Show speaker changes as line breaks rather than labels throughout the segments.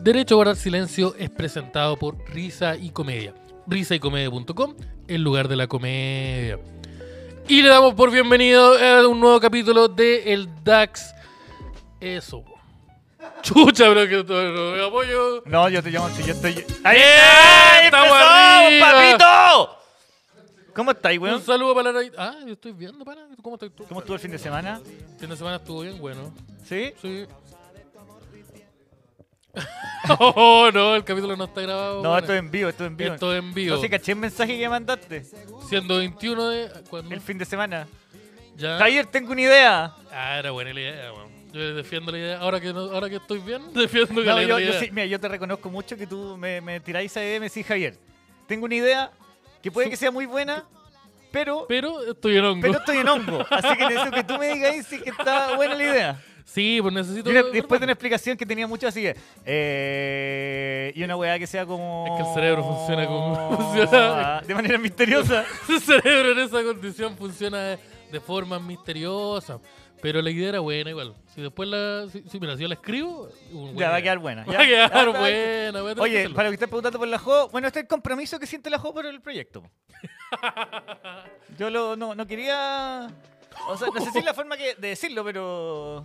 Derecho a guardar silencio es presentado por Risa y Comedia. Risaycomedia.com, el lugar de la comedia. Y le damos por bienvenido a un nuevo capítulo de El DAX. Eso. Chucha, bro, que todo no, apoyo.
No, yo te llamo si yo estoy. ¡Ahí
¡Eh!
está!
¡Estamos arriba!
papito! ¿Cómo estáis,
Un
weón?
saludo para la Navidad. Ah, yo estoy viendo, pana. ¿Cómo estás tú?
¿Eh? ¿Cómo estuvo el fin de semana?
El fin de semana estuvo bien, bueno.
¿Sí?
Sí. oh, no, el capítulo no está grabado.
No,
bueno.
esto es en vivo, esto es en vivo.
Esto es en vivo.
No sé, caché el mensaje que mandaste
Siendo 21 de. ¿Cuándo?
el fin de semana.
Ya.
Javier, tengo una idea.
Ah, era buena la idea, weón. Yo defiendo la idea. Ahora que, no- ahora que estoy bien, defiendo
No,
la
yo, yo
idea.
sí- mira, yo te reconozco mucho que tú me, me tiráis a DM y me decís, Javier, tengo una idea que puede que sea muy buena, pero,
Pero estoy en hongo.
pero estoy en hongo. Así que necesito que tú me digas si es que está buena la idea.
Sí, pues necesito.
Y una- después de una explicación que tenía mucho así que, eh, y una weá que sea como...
Es que el cerebro funciona como- funciona-
Ah, de manera misteriosa.
Su cerebro en esa condición funciona de, de forma misteriosa. Pero la idea era buena igual. Si después la. Si, si, mira, si yo la escribo. un buen
ya, va a
idea.
quedar buena.
Va
ya.
a quedar
Ah, está bien.
buena. voy a tener que
Oye,
hacerlo.
para lo que estás preguntando por la JO, bueno, este es el compromiso que siente la JO por el proyecto. Yo lo, no, no quería... O sea, no sé si es la forma que, de decirlo, pero...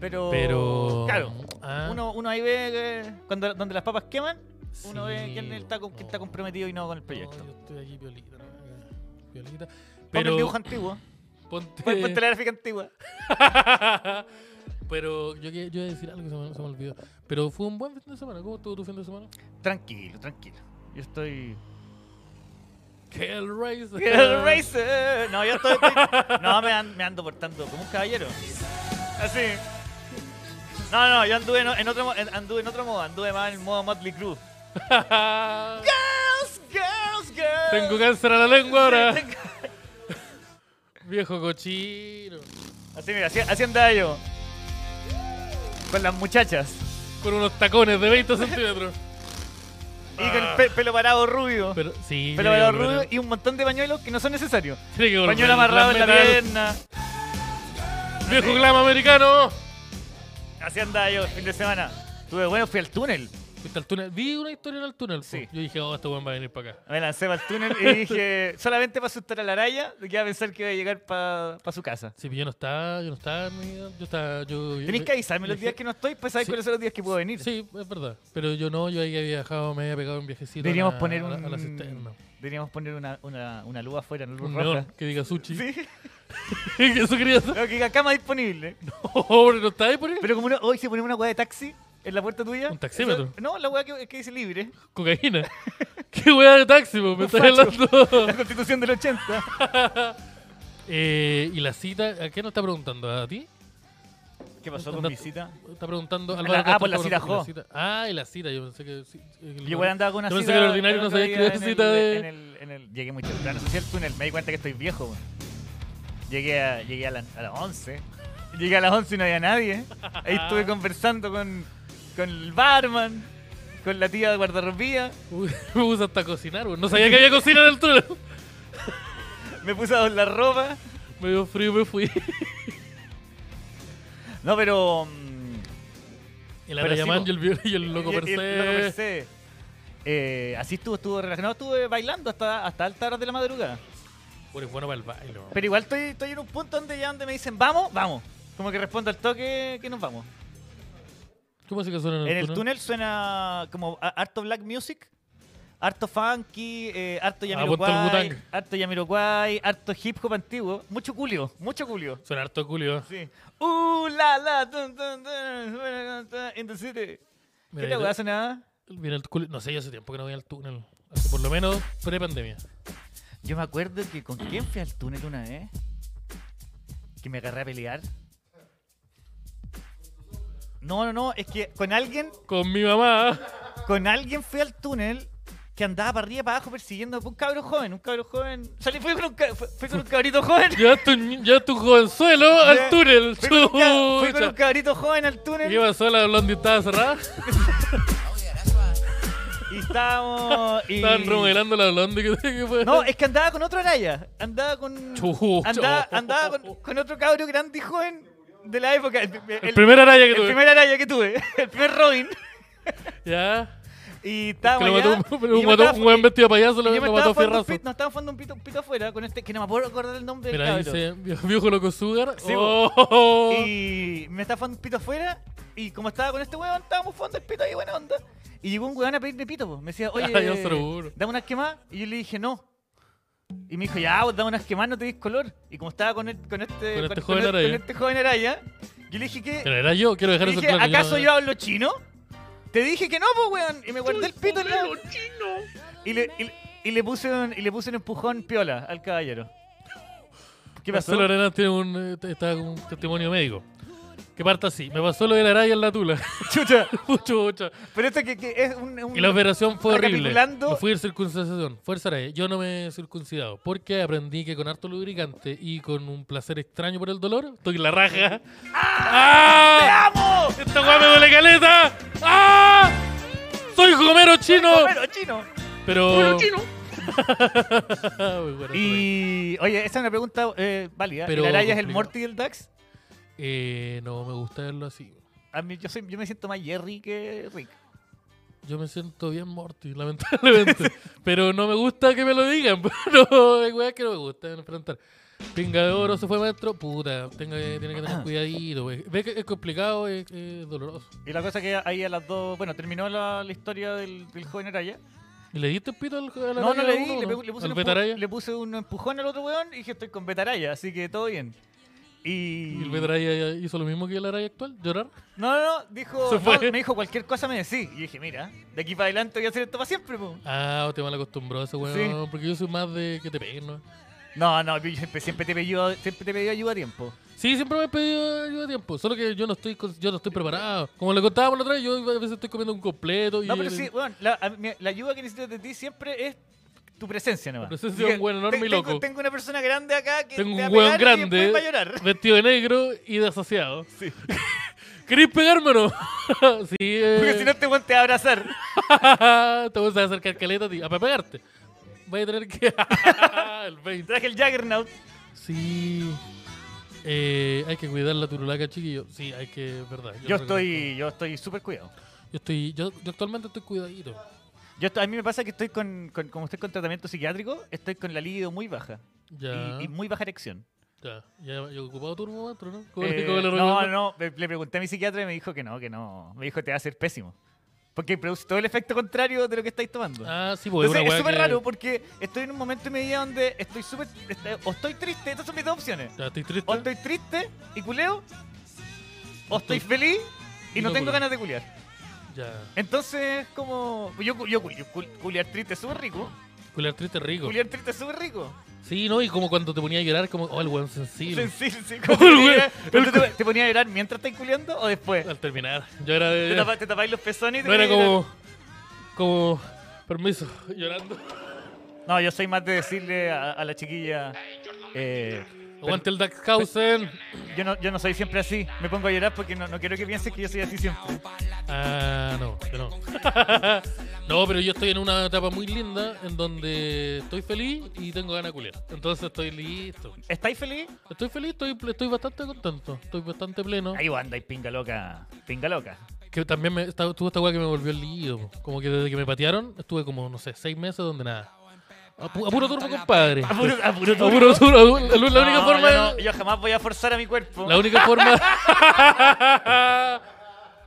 Pero...
Pero.
Claro.
Ah,
Uno, uno ahí ve eh, cuando, donde las papas queman,
sí, oh.
uno ve quién está, con- quién está
no.
comprometido y no con el proyecto.
No, yo estoy aquí violita. ¿no? Violita.
Pero...
Pero. eh,
el dibujo antiguo.
ponte-
Ponte ponte la gráfica antigua.
Pero yo, que- yo iba a decir algo que se me, se me olvidó. Pero fue un buen fin de semana. ¿Cómo estuvo tu fin de semana?
Tranquilo, tranquilo. Yo estoy.
Hellraiser.
Racer. No, yo estoy. estoy- No, me, an- me ando portando como un caballero. Así. No, no, yo anduve en, o- en otro, mo- en- anduve en otro modo. Anduve más en el modo Motley Crue. Girls, girls, girls.
Tengo cáncer a la lengua ahora.
Tengo-
Viejo cochino.
Así, mira, así, así andaba yo. Con las muchachas.
Con unos tacones de 20 centímetros.
Y con el pe- pelo parado rubio.
Ah. Pero sí. tiene
Pelo
que
parado
volver,
rubio y un montón de pañuelos que no son necesarios.
tiene que volver
Pañuelo
el
amarrado en
glam
la
metal.
pierna.
Viejo glam americano.
Así andaba yo el fin de semana. Tuve bueno, fui al túnel.
Fuiste al túnel. Vi una historia en el túnel. po.
Sí.
Yo dije, oh, este weón va a venir para acá.
Me lancé para el túnel y dije, solamente para asustar a la araya, que iba a pensar que iba a llegar para su casa.
Sí, pero yo no estaba, yo no estaba, en mi- yo estaba, yo...
Tenéis que avisarme los días que no estoy, pues sabéis
Sí.
cuáles son los días que puedo venir.
Sí, es verdad. Pero yo no, yo ahí había viajado, me había pegado un viajecito. a
Deberíamos
la-
poner
a la, a la
un-
cisterna.
Deberíamos poner una, una, una luz afuera, una luz
Un
roja.
neón que diga sushi.
Sí,
Eso quería hacer.
no, que diga cama disponible.
Pobre, no está ahí por ahí.
Pero como uno- hoy se pone una hueá de taxi en la puerta tuya.
Un taxímetro.
eso- no, la hueá que, que dice libre.
Cocaína. Qué wea de taxi, po, me
Un
estás
facho.
hablando.
La constitución del 80.
Eh, y la cita, ¿a qué nos está preguntando? ¿A ti?
¿Qué pasó
con
con
No.
mi
mi
cita?
Está preguntando
Ah,
Álvaro
la- ah,
Castro
por la
por-
cita,
por
jo.
cita. Ah, y la cita, yo pensé que... sí, el-
Yo igual andaba con una
Yo
cita.
pensé que el ordinario
el
no sabía
otro
escribir
día
cita de-
En el, en el- llegué muy temprano, así al túnel. Me di cuenta que estoy viejo. weón. Llegué a, llegué a, la- a las 11. Llegué a las 11 y no había nadie.
Ah.
Ahí estuve conversando con, con el barman, con la tía de guardarropía.
Uy, me puse hasta cocinar, weón. No sabía que había cocina en el túnel.
Me puse a doblar ropa.
Me dio frío y me fui.
No, pero. mm,
El
Pero sí,
Arayamán
po.
y el, viol- y el Loco
y- y-
Percé.
loco Mercedes. Eh, así estuvo, estuvo relacionado. Estuve bailando hasta, hasta altas horas de la madrugada.
Bueno, es bueno para el baile. weón.
Pero igual estoy, estoy en un punto donde ya donde me dicen, vamos, vamos. Como que respondo al toque que nos vamos.
¿Qué música suena
En el túnel suena como a- harto black music, harto funky, eh, harto
Ah, apunta el
yamiroquai,
Wu-Tang.
harto yamiroquai, harto hip hop antiguo, mucho culio, mucho culio.
Suena harto culio.
Sí. Uh, la, la, dun, dun, dun, in the city. ¿Qué
Mira,
te
yo-
weá sonaba?
Mira el culio. No sé, yo hace tiempo que no voy al túnel. Hace Hace por lo menos pre-pandemia.
Yo me acuerdo que con quién fui al túnel una vez. Que me agarré a pelear. No, no, no, es que con alguien,
Con mi mamá.
con alguien fui al túnel que andaba para arriba y para abajo persiguiendo a un cabrón joven, un cabrón joven. Salí, fui con un, ca- fue- fui con un cabrito joven.
Llevas tu, ni- llevas tu jovenzuelo al
Lle-
túnel.
Fui con, un ca- fui con
Chucha.
un cabrito joven al túnel.
¿Qué pasó? La blondie estaba cerrada.
Y estábamos. Y...
Estaban remodelando la blondie. Que, que fue.
No, es que andaba con otro araya. Andaba con.
Chucha.
Andaba, andaba con, con otro cabro grande y joven de la época. El, el-
el, primer araya que
el
tuve.
primer araya que tuve. El primer Robin.
Ya.
Y
Que
estábamos.
lo
allá,
mató, un-
y yo
mató
me estaba-
un buen vestido de payaso.
y
Lo,
yo me
lo
estaba
mató
fumando un
fierrazo.
pit- nos estaban fumando un pito, un pito afuera con este que no me puedo acordar el nombre del
Mira,
cabro.
dice vie- viejo loco sugar.
Sí,
Oh, oh, oh.
Y me estaba fumando un pito afuera. Y como estaba con este weón, estábamos fumando el pito ahí, buena onda. Y llegó un weón a pedirme pito, po. me decía, oye,
Ah, yo seguro.
dame unas quemadas. Y yo le dije, no. Y me dijo, ya, vos dame unas quemadas, no te dis color. Y como estaba con, el- con este,
Con este joven araya.
con este joven araya, yo le dije que.
Pero era yo, quiero dejar
le
eso
dije,
claro.
¿acaso yo hablo chino? Te dije que no, pues, weón. Y me guardé el pito en la- Y le, y, le- y le puse un, y le puse un empujón piola al caballero. ¿Qué pasó?
Marcelo Arenas tiene un, eh, está con un testimonio médico. Que parte así. Me pasó lo de la araya en la tula.
Chucha.
Chucha.
Pero esto que, que es un, un-
Y la operación fue horrible.
Recapitulando-
Me fui de circuncisión. Fuerza araya. Yo no me he circuncidado. Porque aprendí que con harto lubricante y con un placer extraño por el dolor, estoy en la raja.
¡Te
¡Ah!
amo!
¡Esta weá me duele caleta! ¡Ah! ¡Soy gomero chino! Oh.
Pero chino.
Pero. Ah, Muy bueno,
Y oye, esa es una pregunta eh, válida.
Pero
¿El araya es el
complicado.
Morty del Dax?
Eh, no, me gusta verlo así.
A mí, yo, soy, yo me siento más Jerry que Rick.
Yo me siento bien Morty, lamentablemente. pero no me gusta que me lo digan. Pero hay weas que no me gustan enfrentar. Pinga de oro se fue maestro. Puta, tenga que- tiene que
Ah.
tener cuidadito. wey. Ve que es complicado, es, es doloroso.
Y la cosa que ahí a las dos, bueno, terminó la, la historia del, del joven araya.
¿Y le diste pito al, al
No, no
araña
le
a uno
di,
o
le,
no?
pegó- le puse
¿Al
un
petaraya?
empujón, le puse un empujón al otro weón y dije estoy con Betaraya, así que todo bien.
¿Y
Y.
el petaraya hizo lo mismo que el araya actual? ¿Llorar?
No, no, no, dijo.
Se fue.
no, me dijo cualquier cosa, me decís. Y dije, mira, de aquí para adelante voy a hacer esto para siempre, po.
Ah, te mal acostumbró ese weón.
Sí.
Porque yo soy más de que te peguen, ¿no?
No, no, yo siempre, siempre te pedí ayuda, siempre te pedí ayuda a tiempo.
Sí, siempre me he pedido ayuda a tiempo, solo que yo no estoy con- yo no estoy preparado. Como le contábamos la otra vez, yo a veces estoy comiendo un completo y
No, pero
el-
sí, bueno, la, a mí- la ayuda que necesito de ti siempre es tu presencia nomás.
La presencia de
Así
un
que
weón enorme
te-
y
tengo-
loco.
Tengo una persona grande acá que
tengo
te va
un
a
hueón
pegar y después
grande Eh.
va a llorar.
vestido de negro y desasiado.
Sí.
¿Queréis pegarme o no? sí, eh,
Porque si no este te te va a abrazar.
te vas a acercar caleta a ti, a pa' pegarte. Voy a tener que el 20.
Traje el Jaggernaut.
Sí. Eh, hay que cuidar la turulaca, chiquillo. Sí, hay que, es verdad.
Yo
lo reconozco.
estoy, yo estoy súper cuidado.
yo estoy yo, yo actualmente estoy cuidadito.
Yo estoy- a mí me pasa que estoy con, con- como estoy con tratamiento psiquiátrico, estoy con la libido muy baja
Ya.
y, y muy baja erección.
Ya, ya, ya ocupado turbo maestro, ¿no? ¿Cómo le-
Eh,
cómo le
no,
recomiendo?
no, le le pregunté a mi psiquiatra y me dijo que no, que no. Me dijo te va a hacer pésimo. Porque produce todo el efecto contrario de lo que estáis tomando.
Ah, sí, pues
Entonces,
una
es
weá
súper
que-
raro porque estoy en un momento en mi vida donde estoy súper. est- O estoy triste, estas son mis dos opciones.
Ya, estoy triste.
O estoy triste y culeo, o
Estoy-
estoy feliz y no
no
tengo
culeo.
ganas de culear.
Ya.
Entonces, como. Yo, cu- yo, cu- yo cul- culear triste es súper rico.
Culear triste rico.
Culear triste es súper rico.
Sí, ¿no? Y como cuando te ponía a llorar, como, oh, el weón sensible.
Sencillo, sí.
El güey-
Cuando
el
te, te ponía a llorar mientras estás culeando o después.
Al terminar. Yo era de.
Te, tapa- te tapáis los pezones y te
Eh. no era
ponías a llorar.
como. Como. Permiso, llorando.
No, yo soy más de decirle a, a la chiquilla. eh,
Aguante el Daxhausen.
yo, no, yo no soy siempre así. Me pongo a llorar porque no, no quiero que pienses que yo soy así siempre.
Ah, no, yo no. no, pero yo estoy en una etapa muy linda en donde estoy feliz y tengo ganas de culear. Entonces estoy listo.
¿Estáis feliz?
Estoy feliz, estoy, estoy bastante contento. Estoy bastante pleno.
Ahí vos andáis pinga loca. Pinga loca.
Que también me, esta- tuvo esta weá que me volvió el lío. po. Como que desde que me patearon, estuve como, no sé, seis meses donde nada. A, pu- a puro turbo, compadre.
A
A
puro- a puro turbo.
puro turbo. a pu- La, la única
No,
forma.
Yo, no, yo jamás voy a forzar a mi cuerpo.
La única forma.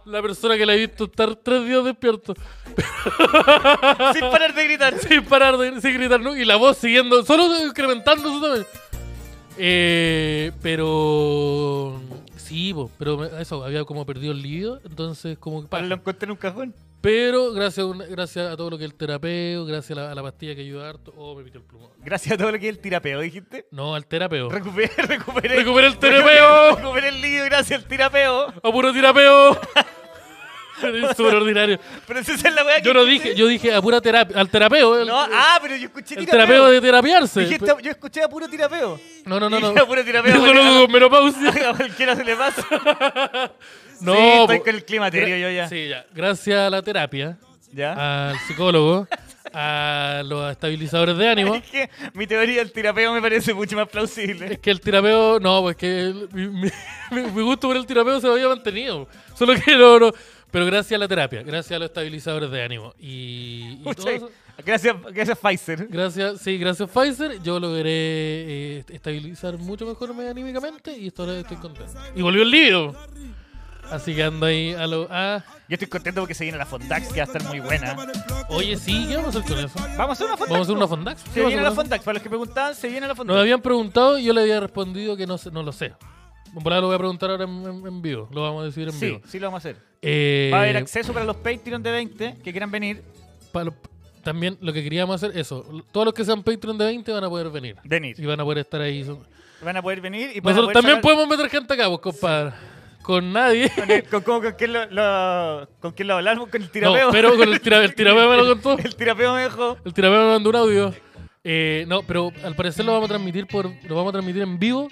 la persona que la he visto estar tres días despierto.
Sin parar de gritar.
sin parar de sin gritar, ¿no? Y la voz siguiendo, solo incrementando su tamaño. Eh, pero. Sí, po, pero me- eso, había como perdido el lío. Entonces, como que. pa,
Lo encontré en un cajón.
Pero gracias a, un- gracias a todo lo que es el terapeo, gracias a la, a la pastilla que ayuda harto. Oh, me pitió el plumón.
Gracias a todo lo que es el tirapeo, dijiste.
No, al terapeo.
Recuperé, recuperé.
Recuperé el terapeo.
Recuperé el lío gracias al tirapeo.
¡A puro terapeo! es súper ordinario.
Pero esa es la weá que.
Yo no
dijiste.
dije, yo dije a pura terapia, al terapeo. El,
No, ah, pero yo escuché
el
tirapeo.
terapeo de terapiarse.
Dijiste, yo escuché a puro tirapeo.
No, no, no, no.
Dije a puro terapeo,
Yo
bueno,
conozco con menopausia.
A cualquiera se le pasa.
No,
sí, estoy
po-
con el climaterio
gra-
yo ya.
Sí, Ah. ya. Gracias a la terapia,
¿Ya?
al psicólogo, a los estabilizadores de ánimo.
Es que mi teoría del tirapeo me parece mucho más plausible.
Es que el tirapeo, no, pues que el- mi, mi- mi- mi gusto por el tirapeo se lo había mantenido. Solo que no, no. Pero gracias a la terapia, gracias a los estabilizadores de ánimo. Y, y todo
Muchas-
eso.
Gracias, gracias Pfizer.
Gracias, sí, gracias Pfizer. Yo logré eh, estabilizar mucho mejor me- anímicamente y esto ahora estoy contento. Y volvió el lío. Así que ando ahí a lo. ah.
Yo estoy contento porque se viene la Fondax que va a estar muy buena.
Oye, sí, ¿qué vamos a hacer con eso? Vamos
Vamos a hacer una Fondax.
a hacer una
po.
Fondax. ¿Qué
Se
vamos a
viene la
hacer?
Fondax. Para los que preguntaban, se viene la
Nos
Fondax.
habían preguntado y yo le había respondido que no, sé- no lo sé. Por ahora lo voy a preguntar ahora en, en- en vivo. Lo vamos a decir en
Sí,
vivo.
sí lo vamos a hacer.
Eh,
Va a haber acceso para los Patreon de 20 que quieran venir.
pa- lo- también lo que queríamos hacer, eso. Todos los que sean Patreon de 20 van a poder venir. Y
Venir.
van a poder estar ahí. Son-
Van a poder venir y van a
Nosotros
poder
también
sacar-
podemos meter gente acá, pues, compadre. Con nadie.
Con, el- con, con- con quién lo, lo- ¿Con quién lo hablamos? Con el
No,
tirapeo.
pero con el tirapeo, el tirapeo me lo contó.
El tirapeo me dejó.
El tirapeo me mandó un audio. Eh, no, pero al parecer lo vamos a transmitir por lo vamos a transmitir en vivo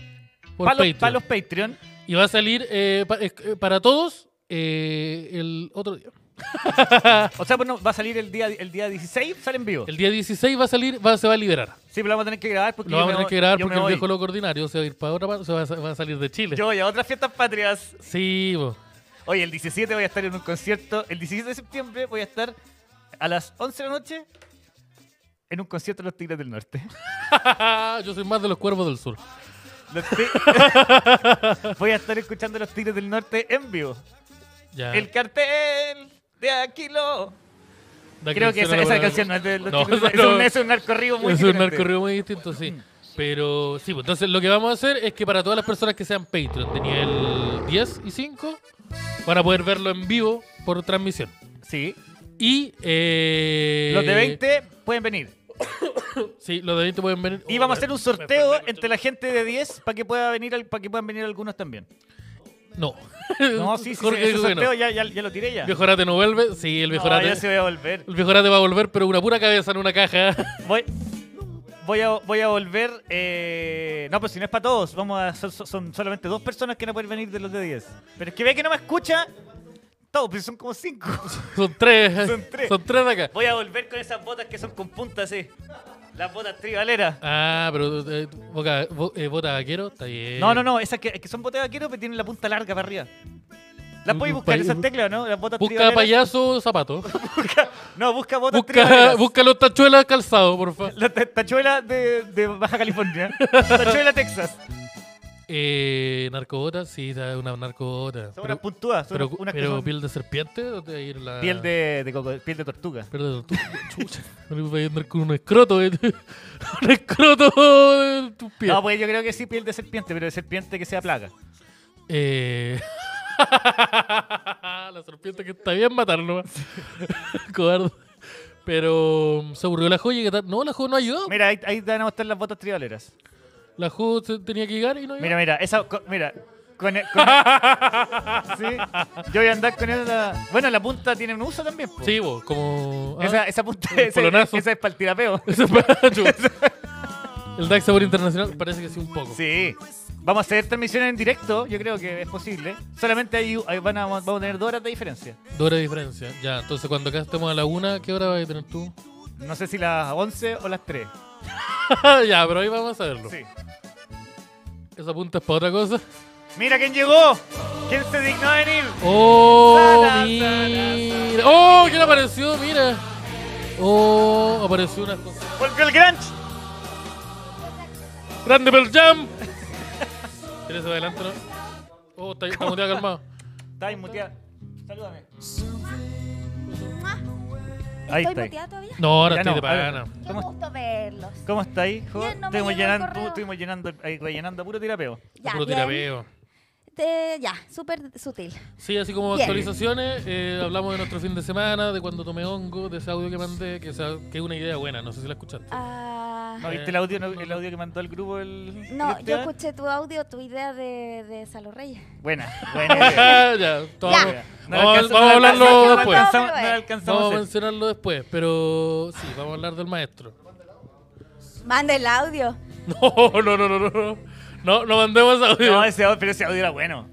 por
Para los,
Patreon.
pa' los Patreon.
Y va a salir eh, pa- eh, para todos eh, el otro día.
O sea, bueno, va a salir el día, el día 16, sale en vivo.
El día 16 va a salir, va, se va a liberar.
Sí, pero lo vamos a tener que grabar porque
Lo vamos a
yo
tener
me voy-
que grabar
yo
porque
me
el
voy.
viejo loco ordinario se va a ir para otra parte, se va a, sa- va a salir de Chile.
Yo voy a otras fiestas patrias.
Sí, bo.
Oye, el 17 voy a estar en un concierto. El 17 de septiembre voy a estar a las 11 de la noche en un concierto de los Tigres del Norte.
yo soy más de los cuervos del sur.
Los ti- voy a estar escuchando a los Tigres del Norte en vivo.
Ya.
El cartel de Aquilo.
Da
Creo que esa,
no
esa
la-
canción no es de los
No,
Tigres del
esa
Norte.
no.
Es un, es un narcorrido muy
es un
diferente.
recorrido muy distinto, sí. Pero sí, pues, entonces lo que vamos a hacer es que para todas las personas que sean Patreon de nivel 10 y 5 van a poder verlo en vivo por transmisión.
Sí.
Y eh,
Los de 20 pueden venir.
Sí, los de 20 pueden venir.
Y vamos a hacer un sorteo entre la gente de 10 para que pueda venir al- para que puedan venir algunos también.
No.
No, sí, sí,
Jorge
sí, ese
dijo que no.
sorteo ya, ya, ya lo tiré ya.
Viejo Arate no vuelve. Sí, el viejo
No,
Arate-
ya se voy a volver.
El viejo Arate va a volver, pero una pura cabeza en una caja.
Voy, voy, a, voy a volver. eh, No, pues si no es para todos, vamos a son, son solamente dos personas que no pueden venir de los de 10. Pero es que ve que no me escucha. Todos, pero son como cinco.
Son tres.
Son tres.
Son tres de acá.
Voy a volver con esas botas que son con puntas, sí. Las botas tribaleras.
Ah, pero eh, boca- bo- eh, bota vaquero, está bien.
No, no, no, esas que, que son botas de vaquero, pero tienen la punta larga para arriba. Las
Un-
podéis
un
buscar
Mm, pa-
esas teclas, ¿no? Las botas
Busca
tribaleras.
payaso zapato.
Busca- no, busca botas
Busca,
tribaleras.
busca los tachuelas calzados, por favor.
La ta- tachuela de, de Baja California. tachuela Texas.
Eh, narcobota, sí, está una narcobota.
Son
Pero-
unas puntúas. Son
Pero,
unas que
pero
son
piel de serpiente o te va a ir la.
Ah. piel de, de coco- piel de tortuga.
Perdón, tú, chucha. Me voy a andar con un escroto, eh. un escroto en tus pies.
No, pues yo creo que sí piel de serpiente, pero de serpiente que sea plaga.
Eh... la serpiente que está bien matarlo. Cobarde. Pero mm, se aburrió la joya. Que ta- No, la joya no ayudó.
Mira, ahí, ahí van a estar las botas tribaleras.
La joya se tenía que llegar y no ayudó.
Mira, mira, esa. co- mira. Con, el- con- sí, yo voy a andar con esa. Bueno, la punta tiene un uso también. po.
Sí, vos, como. ah,
Esa, esa punta.
Un
ese-
polonazo.
esa es para el tirapeo.
ese es para- El DAX Sabor Internacional parece que sí, un poco.
Sí. Vamos a hacer transmisiones en directo, yo creo que es posible. Solamente ahí, ahí van a, vamos a tener dos horas de diferencia.
Dos horas de diferencia. Ya, entonces cuando acá estemos a la una, ¿qué hora vas a tener tú?
No sé si las 11 o las 3.
ya, pero ahí vamos a verlo.
Sí.
Esa punta es para otra cosa.
Mira quién llegó. ¿Quién se dignó a venir?
¡Oh!
Sara,
Mira. ¡Oh! ¿Quién apareció? Mira. ¡Oh! Apareció una cosa.
Volvió el Granch.
¡Grande Pearl Jam! ¿Quieres adelante, no? Oh, está, está muteado, calmado.
Está ahí muteada. Salúdame. Ahí
Ah, ¿Estoy
está. ahí.
muteada todavía?
No, ahora
Ya
estoy
no,
de
ahora
pana.
no.
Qué
¿Cómo,
gusto verlos.
cómo está ahí? jo?
Bien, no me
estuvimos
llegó el
llenando,
correo.
estuvimos llenando, ahí rellenando puro tirapeo.
Ya,
Puro
bien.
tirapeo.
eh, ya, súper sutil.
Sí, así como
Bien.
actualizaciones, eh, hablamos de nuestro fin de semana, de cuando tomé hongo, de ese audio que mandé, que, esa- que es una idea buena, no sé si la escuchaste.
Ah,
Eh,
¿No viste el audio, no- el audio que mandó al grupo el
Este
no, yo
Esteban?
escuché tu audio, tu idea de, de Salo Reyes.
Buena, buena idea.
ya, tomamos-
Ya. No
Vamos,
alcanzamos-
vamos a hablarlo
no
después.
alcanzamos- No
Vamos
alcanzamos.
a
a hacer.
mencionarlo después, pero sí, vamos a hablar del maestro.
Manda el audio.
No, no, no, no, no, no. No, no mandemos audio.
No, ese audio, pero ese audio era bueno.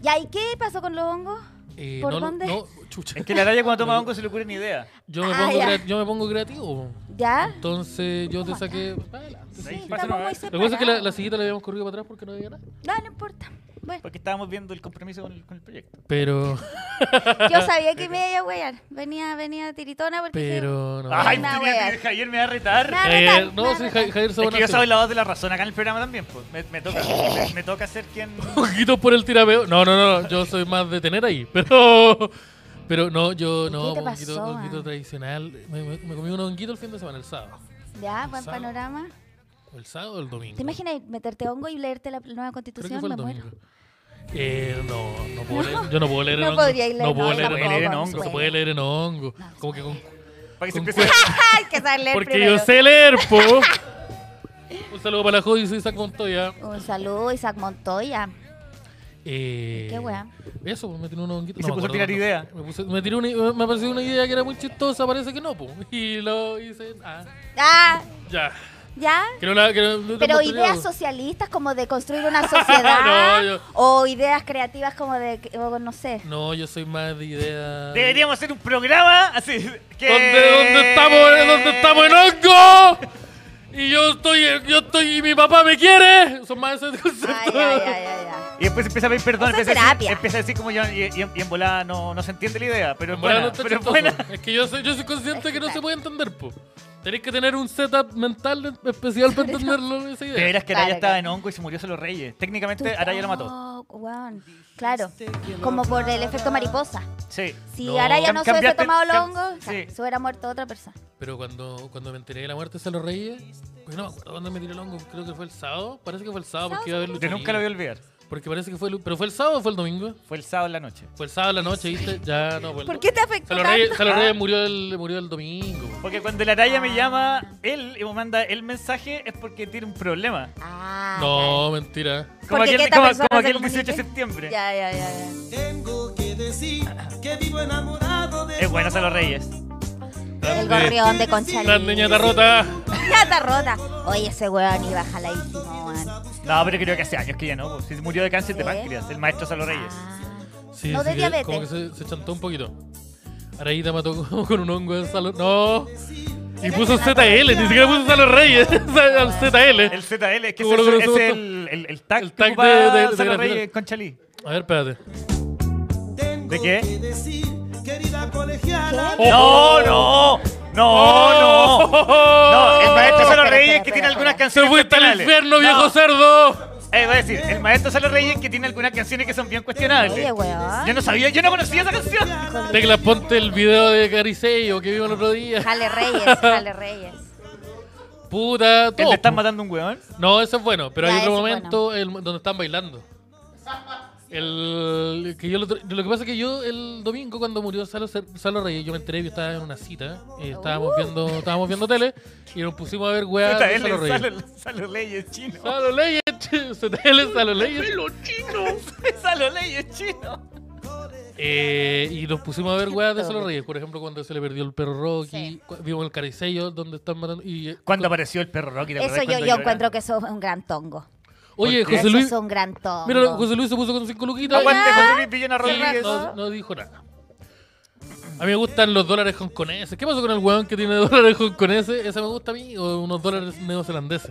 Ya, ¿y qué pasó con los hongos?
Eh,
¿por
no, no,
dónde?
no, chucha.
Es que la raya cuando toma hongo se le ocurre ni idea.
Yo me,
Ah,
pongo
ya.
crea- yo me pongo creativo.
¿Ya?
Entonces yo te saqué. Adelante.
Sí,
Ahí,
estamos
Lo
muy
que pasa es que la, la
separados.
sillita la habíamos corrido para atrás porque no había nada.
No, no importa. Bueno,
Porque estábamos viendo el compromiso con el, con el proyecto.
Pero, Pues,
yo sabía que me iba a huear. Venía, venía tiritona porque...
pero, no.
Ay,
Una
tenía-
wea.
Javier me va a retar.
Nah,
Eh,
nada, nada,
no, sí,
nada.
Ja- Javier
Es que yo
Sabonarte.
soy la voz de la razón acá en el programa también, pues. Me, me toca, me, me toca ser quien.
Poquitos por el tirapeo. No, no, no. Yo soy más de tener ahí. Pero. Pero no, yo
¿Y
no.
qué te
Honguito,
pasó,
honguito
ah?
tradicional. Me, me- me comí un honguito el fin de semana, el sábado.
Ya, buen
Sábado.
panorama.
O El sábado o el domingo.
¿Te imaginas meterte hongo y leerte la nueva
Creo que
constitución?
fue
Me
el
muero.
domingo. Eh, no, no puedo leer. Yo no puedo leer en
No
hongo.
podría leer,
No
no,
puedo leer
tampoco,
en hongo.
en
No se
hongo.
puede leer en hongo.
No, no
Como
se
que con.
Para que se
Con
empiece.
Hay que saber leer
Porque
primero.
yo sé leer, po. Un saludo para la Jodi, soy San Montoya.
Un saludo, Isaac Montoya.
Eh,
Qué weá.
Eso, pues me tiró un honguito.
Y
No
se
me
puso a
acuerdo
tirar
cuándo.
idea.
Me, puse- me tiró una, me pareció una idea que era muy chistosa, parece que no, po. Y lo hice. Ah,
Ah,
ya.
ya.
Que no la- que no- pues.
Pero
no-
ideas socialistas como de construir una sociedad.
No, yo-
O ideas creativas como de, o no sé.
No, yo soy más de ideas.
Deberíamos hacer un programa así. Que...
¿Dónde, dónde estamos? ¿Eh? ¿Dónde estamos en hongo? Y yo estoy, yo estoy, y mi papá me quiere. Son más esos
Ay,
conceptos.
ay, ay, ay, ay.
Y después empieza a pedir perdón.
Eso es
Empieza a, decir,
terapia.
empieza a decir como yo. Y, y- y en volada no, no se entiende la idea, pero es
Bueno,
buena.
no está
pero es
chistoso.
buena.
Es que yo soy, yo soy consciente que no se puede entender, po. Tenéis que tener un setup mental de- especial para entenderlo, esa
De
idea.
veras que Araya
Claro,
estaba
claro.
en hongo y se murió solo Reyes.
Tú-
Técnicamente Este, Araya lo mató.
Oh, weón. Claro. Como por el efecto mariposa.
Sí.
Si
No.
Araya no se hubiese
Cambiaste-
tomado los
cam-
hongos,
sí.
se hubiera muerto otra persona.
Pero cuando, cuando me enteré de la muerte de los Reyes, pues no me acuerdo dónde me tiré el hongo. Creo que fue el sábado. Parece que fue el sábado porque iba a haber
Yo
lucha
nunca lo voy a olvidar.
libre. Porque parece que fue. lu- ¿Pero fue el sábado o fue el domingo?
Fue el sábado en la noche.
Fue el sábado en la noche, ¿viste? Ya no fue el
¿Por qué te afectó
Se los
tanto?
Reyes, se los
Ah.
Reyes murió, el, murió el domingo.
Porque cuando la Araya me
Ah.
llama él y me manda el mensaje es porque tiene un problema.
Ah,
No, mentira.
Como
Porque
aquel,
que esta
como,
persona
como
se
aquel
comunique.
18 de septiembre.
Ya, ya, ya. ya.
Tengo que decir que vivo enamorado de
Es bueno a los Reyes.
El gorrión de Conchalí.
Grande ñata rota.
Ñata rota. Oye, ese weón iba jaladísimo, weón.
No, pero creo que hace años que ya no. pues. Si murió de cáncer de
¿Sí?
páncreas, el maestro Salo Reyes.
Ah.
Sí,
No
sí
de
que
diabetes.
Como que se, se chantó un poquito. Araíta mató con- con un hongo en salón. No. Y puso ZL, ni siquiera puso Salo Reyes. Al ZL.
El ZL, es que
¿Cómo
ese-
lo
ese es,
conocemos tú?
el, el, el tag,
El
el
tag
tag
de- de- de
Salo
Gran
Reyes
Final.
con Chalí.
A ver, espérate.
Tengo
¿De qué?
que decir, querida colegiala.
¿Qué?
Oh.
No, no, no, no. No, el maestro Salo Reyes que tiene algunas
Se
canciones.
fuiste al
cuestionables.
infierno,
No,
viejo cerdo.
eh, voy a decir, el maestro Salo Reyes que tiene algunas canciones que son bien cuestionables.
Oye, weón.
Yo no sabía, yo no conocía esa canción.
Oh. Tecla, ponte el video de Caricello que vimos el otro día.
Jale Reyes, Jale Reyes.
Puta,
¿El
todo.
te están matando un weón?
No, eso es bueno, pero
Ya,
hay otro
ese es
momento el- donde están bailando. El, que yo lo, lo que pasa es que yo el domingo cuando murió Salo, Salo Reyes, yo me enteré, yo estaba en una cita, eh,
Uh.
estábamos, viendo, estábamos viendo tele y nos pusimos a ver weá de Salo
ZL,
Reyes. Ah.
Salo, Salo Reyes chino.
Salo Reyes, ZL, Salo Reyes.
Salo Reyes chino.
Eh, y nos pusimos a ver weá de Salo
Todo.
Reyes, por ejemplo, cuando se le perdió el perro Rocky,
Sí.
cu- vimos el caricello donde están matando. Y, eh,
Cuando apareció el perro Rocky, ¿te acordás
Eso yo,
cuando
yo
lloraba?
encuentro que eso es un gran tongo.
oye,
¿Por qué?
José Luis,
Eso es un gran tongo.
mira, José Luis se puso con cinco luquitas.
Aguante,
Ah.
José Luis Villena
Sí,
Rodríguez.
No, no dijo nada. A mí me gustan los dólares hongkoneses. ¿Qué pasó con el weón que tiene dólares hongkoneses? Ese me gusta a mí. O unos dólares neozelandeses.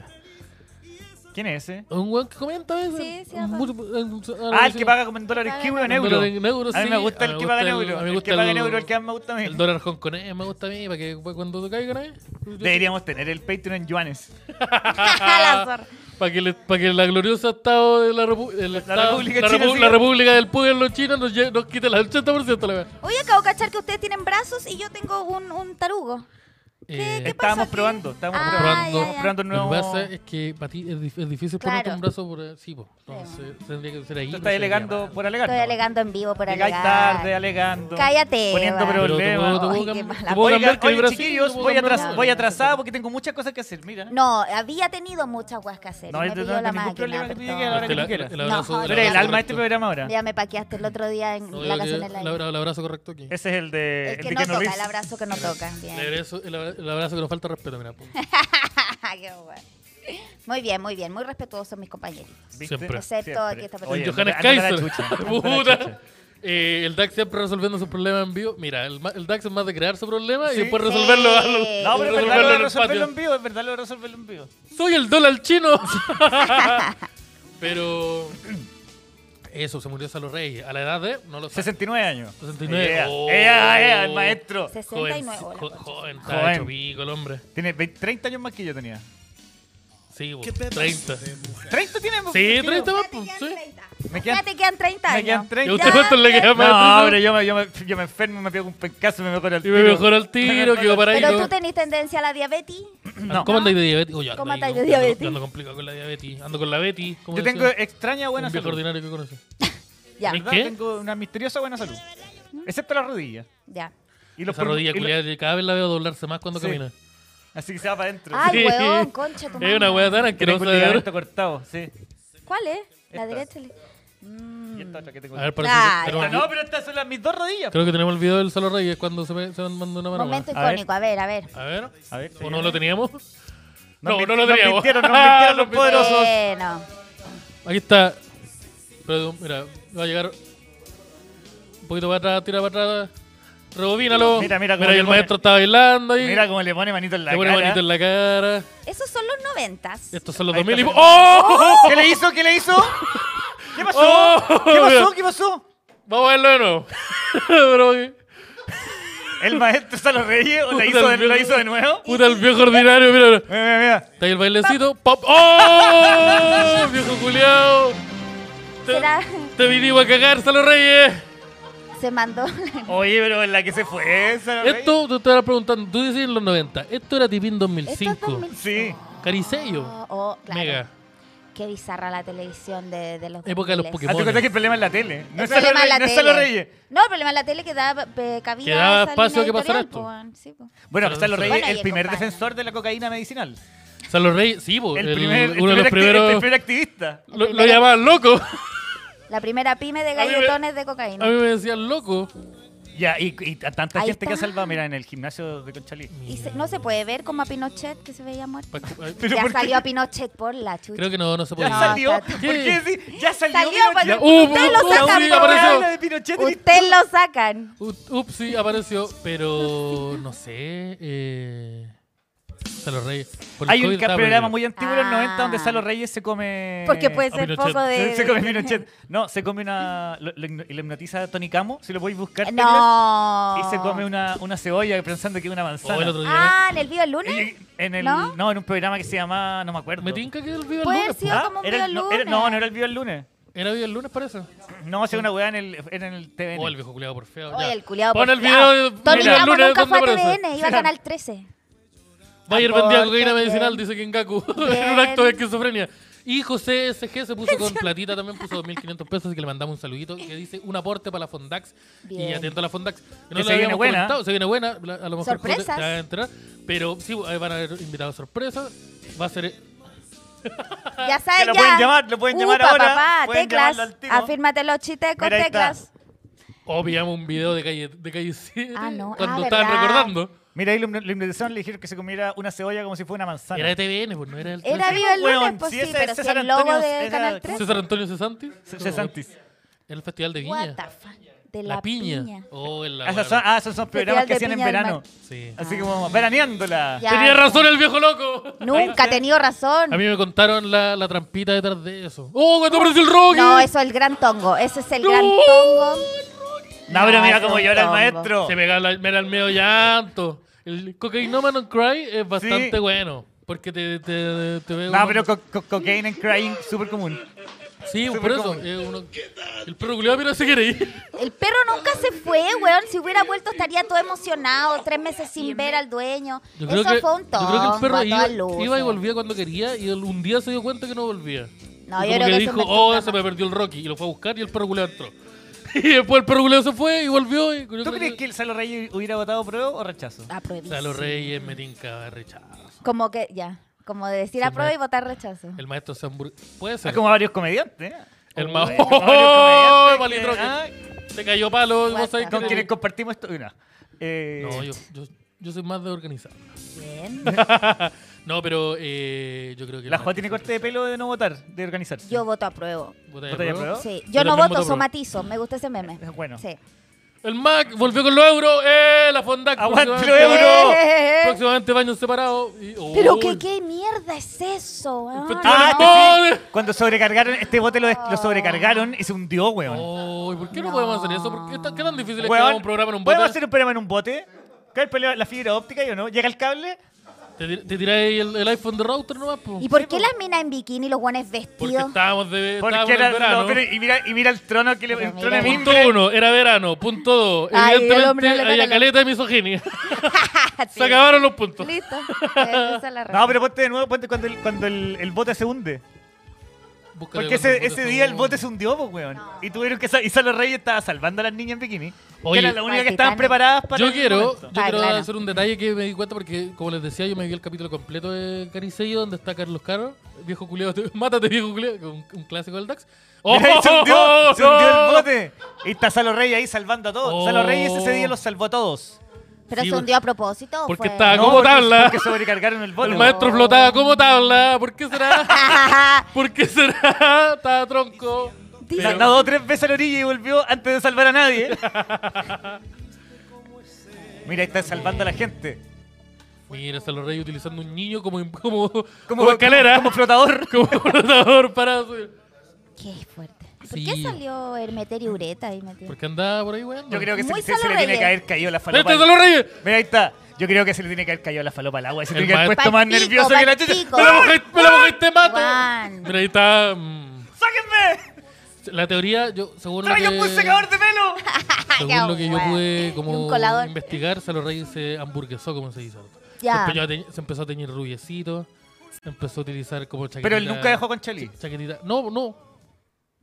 ¿Quién es ese?
Un weón que comenta a veces.
Sí, sí, ajá.
Mucho- eh,
Ah, el que paga como en dólares
Paga
kiwi o en
en dólares
euros.
en euros,
A mí me
sí.
gusta
A
el
mí
que
me
paga en
gusta el- a
euros.
mí me
El
gusta
que paga en
el-
euros, el que más me gusta a mí.
El dólar hongkonés me gusta a mí. Para que cuando caigan ahí.
Deberíamos tener el Patreon en yuanes.
La zorra.
Para que, le- pa' que la gloriosa Estado de la, Repu- el Estado-
República
la
China
Repu-
siga-
la República del Pueblo Chino nos, lle- nos quite el 80% de la weá.
Oye, acabo de cachar que ustedes tienen brazos y yo tengo un, un tarugo.
eh,
¿Qué
Estábamos
pasó aquí?
probando, estábamos
Ah,
probando.
ya,
Estábamos
ya.
probando un
Lo
nuevo.
que pasa es que para ti es, dif- es difícil ponerte
Claro.
un brazo por. eh, Sí, po. Entonces tendría que ser ahí.
Tú
no
estás
sé, Ah,
alegando
llamar.
por alegar.
Estoy
¿no?
alegando en vivo por
Llegáis
alegar.
tarde, alegando.
Cállate,
Poniendo
Eva.
Pero te
problemas.
puedo, te puedo
Ay, qué
cam-
mala
te puedo
Oigan,
cambiar que el
oigan,
brazo-
chiquillos,
te puedo
voy,
cambiar
atras-
el
voy
brazo.
atrasado porque tengo muchas cosas que hacer, mira.
No, había tenido muchas guas que hacer. y
No,
me
yo
pilló
no tengo
la
ningún
máquina,
problema que te
perdón.
llegue a la hora que
El-
tú quieras.
el abrazo-
No,
Tú eres el alma de este
correcto.
programa ahora.
Ya me paqueaste el otro día en
No,
la
yo
canción
creo
del
que el
aire.
abra- el abrazo correcto aquí.
Ese es el de.
El que
de
no
Keanu
toca,
Reeves.
el abrazo que no toca. Bien.
El abrazo, el abra- el abrazo que nos falta respeto, mira. pum.
Qué bueno. Muy bien, muy bien. Muy respetuosos mis compañeritos.
¿Viste?
Siempre.
Excepto aquí esta persona.
Oye,
Johannes
anda- anda la
Kaiser.
chucha, anda la
Puta.
chucha.
Eh, el DAX siempre resolviendo sus problemas en vivo. Mira, el, ma- el DAX es más de crear su problema y
Sí.
después resolverlo.
Sí.
darlo-
No, pero es
resolverlo
verdad lo de
en el
resolverlo
patio.
en vivo, es verdad lo de resolverlo en vivo.
Soy el dólar chino. pero. Eso, se murió Salo Reyes. A la edad de. No lo sé.
69 años.
69.
Ea,
Oh.
ea, ea, el maestro.
69.
Joven,
hola,
jo-
concha.
joven,
Joven.
está hecho pico el hombre.
Tiene 20 30 años más que yo tenía.
Sí, po,
¿Qué te
30.
pasó de mujer?
¿30 tiene? po,
Sí,
tío?
30 más, po,
Ya te quedan
sí.
30.
Me quedan
Ya te quedan 30 años.
Me quedan
¿Y
30.
a usted cuánto le queda más?
No,
de
pero yo me, yo, me, yo me enfermo, me pego un pencazo y me mejora el
Y
tiro.
me mejoró el tiro, quedó
Pero tú
paradito.
tenés tendencia a la diabetes.
No.
¿Cómo andáis de diabetes? Oye,
¿Cómo
ando ahí,
andáis de
yo ando-
diabetes?
Yo ando complicado con la diabetes. Ando con la Betty. como
Yo
decía,
tengo extraña buena
Un viejo
salud.
ordinario que conoce.
Ya,
¿Y
¿Verdad?
qué?
Tengo una misteriosa buena salud. Excepto las rodillas.
ya.
Y los
Esa
pulm-
rodilla
pues, y los-
culiada, cada vez la veo doblarse más cuando
Sí.
camina.
Así que se va para adentro.
Ay,
Sí.
weón, concha tu
Es una
madre.
wea tan
Que
asquerosa
tengo
¿eh?
el
de ver.
ligamento cortado, sí.
¿Cuál es? La
Esta.
derecha. le- Mm.
Y esta otra que tengo.
A ver,
Esta
parece
Ah,
que
ya.
tenemos-
no, pero estas son las mis dos rodillas.
Creo que tenemos el video del Salo Reyes cuando se, me- se mandó una mano.
Momento
A ver.
icónico, a ver, a ver.
A ver,
A ver,
¿o no lo teníamos?
Nos
No,
minti-
no lo
nos
teníamos.
mintieron, nos mintieron los
Nos
poderosos.
Bueno.
Aquí está. Pero mira, va a llegar un poquito para atrás, tira para atrás. Rebobínalo.
Mira, mira cómo
Mira, y
le
el
pone-
maestro está bailando ahí.
Mira cómo le pone manito en la
Le pone
cara.
bonito en la cara.
Esos son los noventas.
Estos son los
Ahí
2000 y...
está.
¡Oh!
¿Qué le hizo? ¿Qué le hizo? ¿Qué pasó?
Oh,
¿Qué pasó?
mira.
¿Qué pasó?
Vamos a verlo de nuevo. Pero, ¿qué?
¿El maestro se lo reía o
Puta,
la hizo de-
el-
lo hizo de nuevo?
Puta, el viejo ordinario, mira. mira.
Mira, mira, mira.
Está ahí el bailecito. ¡Pop! ¡Oh! ¡Viejo culiao! Te,
Será-
te vinimos a cagar, Salo Reyes.
Se mandó.
Oye, pero en la que se fue esa. güey.
Esto te estarás preguntando, tú dices en los 90, esto era Tipín
Esto es
2005.
2000.
Sí.
Caricello,
Oh, oh, claro.
mega,
Qué bizarra la televisión de, de los.
Época de los
2000s.
Pokémon.
Hazte cuenta que el problema es la tele. Ah, No
El
es solo
problema es la
Reyes. No es solo
tele.
Reyes.
No, el problema es la tele que daba eh, cabida
Que daba
a esa
espacio
línea
que pasara
editorial,
esto.
po, weón. Sí, po.
Bueno,
Pero no
Gonzalo
sé.
Reyes,
Bueno, y
el primer
acompaña.
defensor de la cocaína medicinal.
San los Reyes, sí, po,
El
el-
primer, el
uno de los
primer acti-
primeros.
el primer activista.
Lo,
el
lo
primer-
llamaban loco.
La primera pyme de
A mí me-
galletones de
A mí
cocaína.
me decían loco.
Ya, y, y a tanta
Ahí
gente que ha
está.
salvado, mira, en el gimnasio de Conchalí.
Y se- no se puede ver como a Pinochet que se veía muerto.
Pa- ay,
Pero Pues,
ya
¿por qué?
salió a Pinochet por la chucha.
Creo que no, no se
Ya
podía.
salió.
Ah, está-
¿Por qué decir? Ya salió.
Salió,
Pinochet.
porque
Ya-
Uh, uh,
Ustedes lo
uh,
sacan,
sí,
po,
apareció.
habla de Pinochet.
Usted lo sacan.
U- Upsi apareció, pero no sé. Eh, San los Reyes. por el
Hay un
COVID estaba
programa
prohibido.
muy antiguo de los 90 donde
Ah.
Salo Reyes se come.
Porque puede
a
ser
Pinochet.
poco de.
Eh, Se, se come Pinochet. No, se come una. Lo, lo hipno- lo hipnotiza Tony Camo, si lo podéis buscar.
No.
Y se come una, una cebolla pensando que es una manzana.
Oh, el otro día.
Ah, en el video el
Y-
lunes.
y- en el, ¿No?
¿No?
en un programa que se llamaba. No me acuerdo.
Me tinca que el video el
Puede
lunes.
haber sido
po.
Ah,
como un
era el-
video
no, era-
lunes.
no, no era el video el lunes.
Era video el lunes, parece.
No, hacía una weá en el, era en el TVN.
Oh, el viejo culiado por feo.
Oye,
ya.
el culiado.
Pon
por
el
fiado.
video
Tony
mira, el
Ramos
lunes
nunca fue a
¿dónde aparece?
TVN, iba a Canal 13.
Bayer
Tampoco
vendía cocaína
está
medicinal,
bien.
dice Kengaku, en un
Bien.
acto de esquizofrenia. Y José SG se puso con platita también, puso 2.500 pesos, así que le mandamos un saludito y que dice un aporte para la Fondax. Y
Bien.
atento a la Fondax. que No
Que
lo
se viene
habíamos
buena.
comentado, se viene buena. la- A lo mejor José
Sorpresas.
te va a enterar. Pero sí, ahí van a haber invitados sorpresas. Va a ser.
Ya saben,
lo
ya.
pueden llamar, lo pueden llamar
Upa,
ahora,
papá,
pueden
teclas.
llamarlo al tiro.
Afírmate los chistes con
Mira, ahí está.
teclas.
O pillamos un video de calle, de calle 7.
Ah, no.
Cuando
Ah,
estaban
verdad.
recordando.
Mira, ahí lo, lo hipnotizaron, le dijeron que se comiera una cebolla como si fuera una manzana.
Era de TVN, pues no era el.
Era vivo el
Weón,
lunes, pues
si
sí,
ese
pero
es
si
César
el logo
Antonio,
de
era-
Canal 3.
César Antonio Cesanti.
Ce- Cesantis.
Ah, En el Festival de
What
Viña.
the fuck. De
La,
la,
piña. Oh, en la.
Ah, esos son, ah, esos son programas
Festival
que
de
hacían en
Piña del
verano.
Mar.
Sí.
Así como veraneándola.
Ya.
Tenía razón el viejo loco.
Nunca ha tenido razón.
A mí me contaron la, la trampita detrás de eso. ¡Oh, cuando apareció el Rocky!
No, eso es el gran tongo. Ese es el
No.
gran tongo.
No, pero
No,
mira
eso
cómo
es
llora el
tongo.
maestro.
Se me era el medio llanto. El Cocainoma No Cry es bastante
Sí.
bueno. Porque te, te, te veo.
No, pero co- co- cocaine and crying, súper común.
Sí,
Súper
por eso.
común.
eh, uno- el perro culiado, pero se quiere ir.
El perro nunca se fue, weón. Si hubiera vuelto estaría todo emocionado, tres meses sin ver al dueño.
Yo creo,
Eso
que,
fue un
yo
tongo,
creo que el perro
a
iba,
todas luces.
iba y volvía cuando quería y él un día se dio cuenta que no volvía.
No,
Y
yo
como
creo que
dijo,
se metió
oh,
una
se me
mano".
perdió el Rocky. Y lo fue a buscar y el perro culiado entró. Y después el perro culiado se fue y volvió. Y
¿Tú crees que el Salo Reyes hubiera votado prueba o rechazo?
O
Aprobísimo.
sea, los reyes me tinca rechazo.
Como que, ya. Como de decir
Sí,
aprueba
me-
y votar rechazo.
El maestro Sambur... Puede
Es
ser.
como varios comediantes. ¿eh?
El
Oh,
ma-
hay como varios comediantes
Palindroque.
que- ah,
Se cayó palo.
Guata.
vos sabés
Con
que-
quienes compartimos esto. No, Eh,
No, yo, yo, yo soy más de organizar.
Bien.
No, pero eh, yo creo que...
La Juan tiene corte de pelo de no votar, de organizarse.
Yo voto apruebo.
¿Botella
¿Botella de
prueba?
¿No?
Sí.
Yo
Yo no
también voto
voto,
apruebo.
somatizo. Me gusta ese meme.
Es bueno.
Sí.
El Mac volvió con los euros. ¡Eh! La Fondac.
¡Aguante los
próximamente-
euros!
Próximamente baños separados. y- ¡Oh!
Eh. Pero que qué mierda es eso. weón?
festival de
Ah,
No.
¡No!
este sí. Cuando sobrecargaron, este bote lo, des- lo sobrecargaron y se hundió, weón.
¡Oh! ¿y ¿Por qué no,
No.
podemos hacer eso? ¿Por qué, está- qué tan difícil es que
Weón,
hagamos un programa en un bote?
¿Podemos hacer un programa en un bote? ¿Cae el peleo- la fibra óptica y o no? ¿Llega el cable?
¿Te, tir- te tiráis el, el iPhone de router nomás? po?
¿Y por qué las minas en bikini y los guanes
Porque
vestidos?
estábamos de estábamos
Porque
en
era,
el verano.
no, pero y, mira, y mira el trono que le,
Pero
el trono
mira.
de
Punto
mimbre.
uno, era verano. Punto dos,
Ay, el
evidentemente
hombre no le toca
había
la-
caleta de misoginia.
Sí.
Se acabaron los puntos.
Listo. Eh, esa es la
No,
razón.
pero ponte de nuevo, ponte cuando el, cuando el, el bote se hunde.
Búscate
Porque
cuando
ese, ese día el bote
se
se hundió, pues, weón. Y tuvieron que sa- y Salo Reyes estaba salvando a las niñas en bikini.
Oye.
que eran las únicas que
Al
estaban
Titanic.
preparadas para
Yo
el
quiero,
momento.
yo
Ah,
quiero
claro.
hacer un detalle que me di cuenta porque, como les decía, yo me vi el capítulo completo de Caricello donde está Carlos Caro, viejo culiado, mátate viejo culiado, un, un clásico del DAX.
Mira, ahí se hundió,
¡Oh!
se hundió el bote. Y está Salo Reyes ahí salvando a todos.
Oh.
Salo Reyes ese día los salvó a todos.
Pero
Sí,
se hundió a propósito. ¿o
porque
fue?
estaba- Ah, como
porque-
tabla.
Porque sobrecargaron el bote.
El maestro flotaba como tabla, ¿por qué será? ¿Por qué será? Estaba tronco.
Dice-
Pero-
Nadó tres veces a la orilla y volvió antes de salvar a nadie. Mira, ahí está salvando a la gente.
Mira, están los reyes utilizando un niño como, como, como,
Como
escalera,
Como flotador.
como, flotador para subir.
Qué fuerte. ¿Por
Sí.
qué salió Hermeter y Ureta ahí metido?
Porque andaba por ahí, weón.
Yo creo que se,
Muy
se- se le
Salo
tiene
Reyes.
que haber caído la falopa.
¡Este es los reyes!
Mira, ahí está. Yo creo que se le tiene que haber caído la falopa al agua. y Se
El
tiene que haber
maestro-
puesto más
Palpico,
nervioso que la chucha.
palpico.
¡Me la mojaste, me la mojaste, mato!
Juan.
Mira, ahí está. mm,
¡Sáquenme!
La teoría, yo, según lo que,
¡Traigan un secador de pelo!
según lo que yo
Guau.
pude
Y un
como
colador.
investigar, Salo Reyes se hamburguesó, como se dice.
Ya.
Se, empeñó a teñ- se empezó a teñir rubiecito, empezó a utilizar como chaquetita.
Pero él nunca dejó con Chali.
chaquetita. No, no,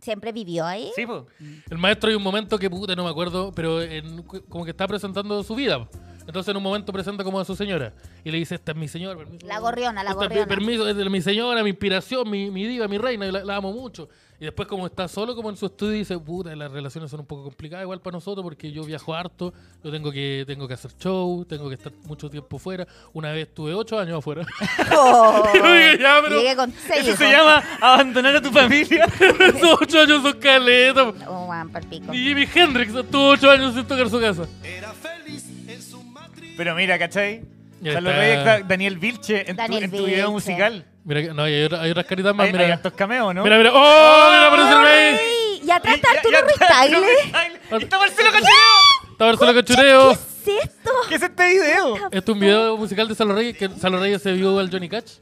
¿Siempre vivió ahí?
Sí, po.
El maestro hay un momento que puta, no me acuerdo, pero en- cu- como que está presentando su vida. Entonces en un momento presenta como a su señora y le dice, esta es mi señora. permiso".
La gorriona, la
Esta es mi-
gorriona.
Permiso, es de mi señora, mi inspiración, mi, mi diva, mi reina, y la, la amo mucho. Y después como está solo como en su estudio dice, puta, las relaciones son un poco complicadas igual para nosotros porque yo viajo harto, yo tengo que, tengo que hacer show, tengo que estar mucho tiempo fuera. Una vez estuve ocho años afuera.
Oh.
Oye, ya, pero-
Llegué con seis
Eso se
hijos.
llama abandonar a tu familia.
Esos ocho años son caletas.
Oh, Juan, palpico.
Y Jimi Hendrix estuvo ocho años sin tocar su casa.
Era feliz en su matrimonio.
Pero mira, ¿cachai?
Ya
Salo
está.
Reyes, da- Daniel Vilche en,
Daniel
tu, en tu
Vilche.
video musical.
Mira, que- no, hay, otra- hay otras caritas más.
Hay,
mira.
hay hartos cameos, ¿no?
Mira, mira. ¡Oh! Mira, aparecieron ahí.
Ay, Y atrás está
Y-
Arturo
y-
Ruiz
y-
Tagle.
Y está Marcelo Cachoreo.
Está Barcelona
¿Qué
Cachureo.
es esto?
¿Qué es este video?
Este es un video musical de Salo Reyes, que Salo Reyes se vio al Johnny Cash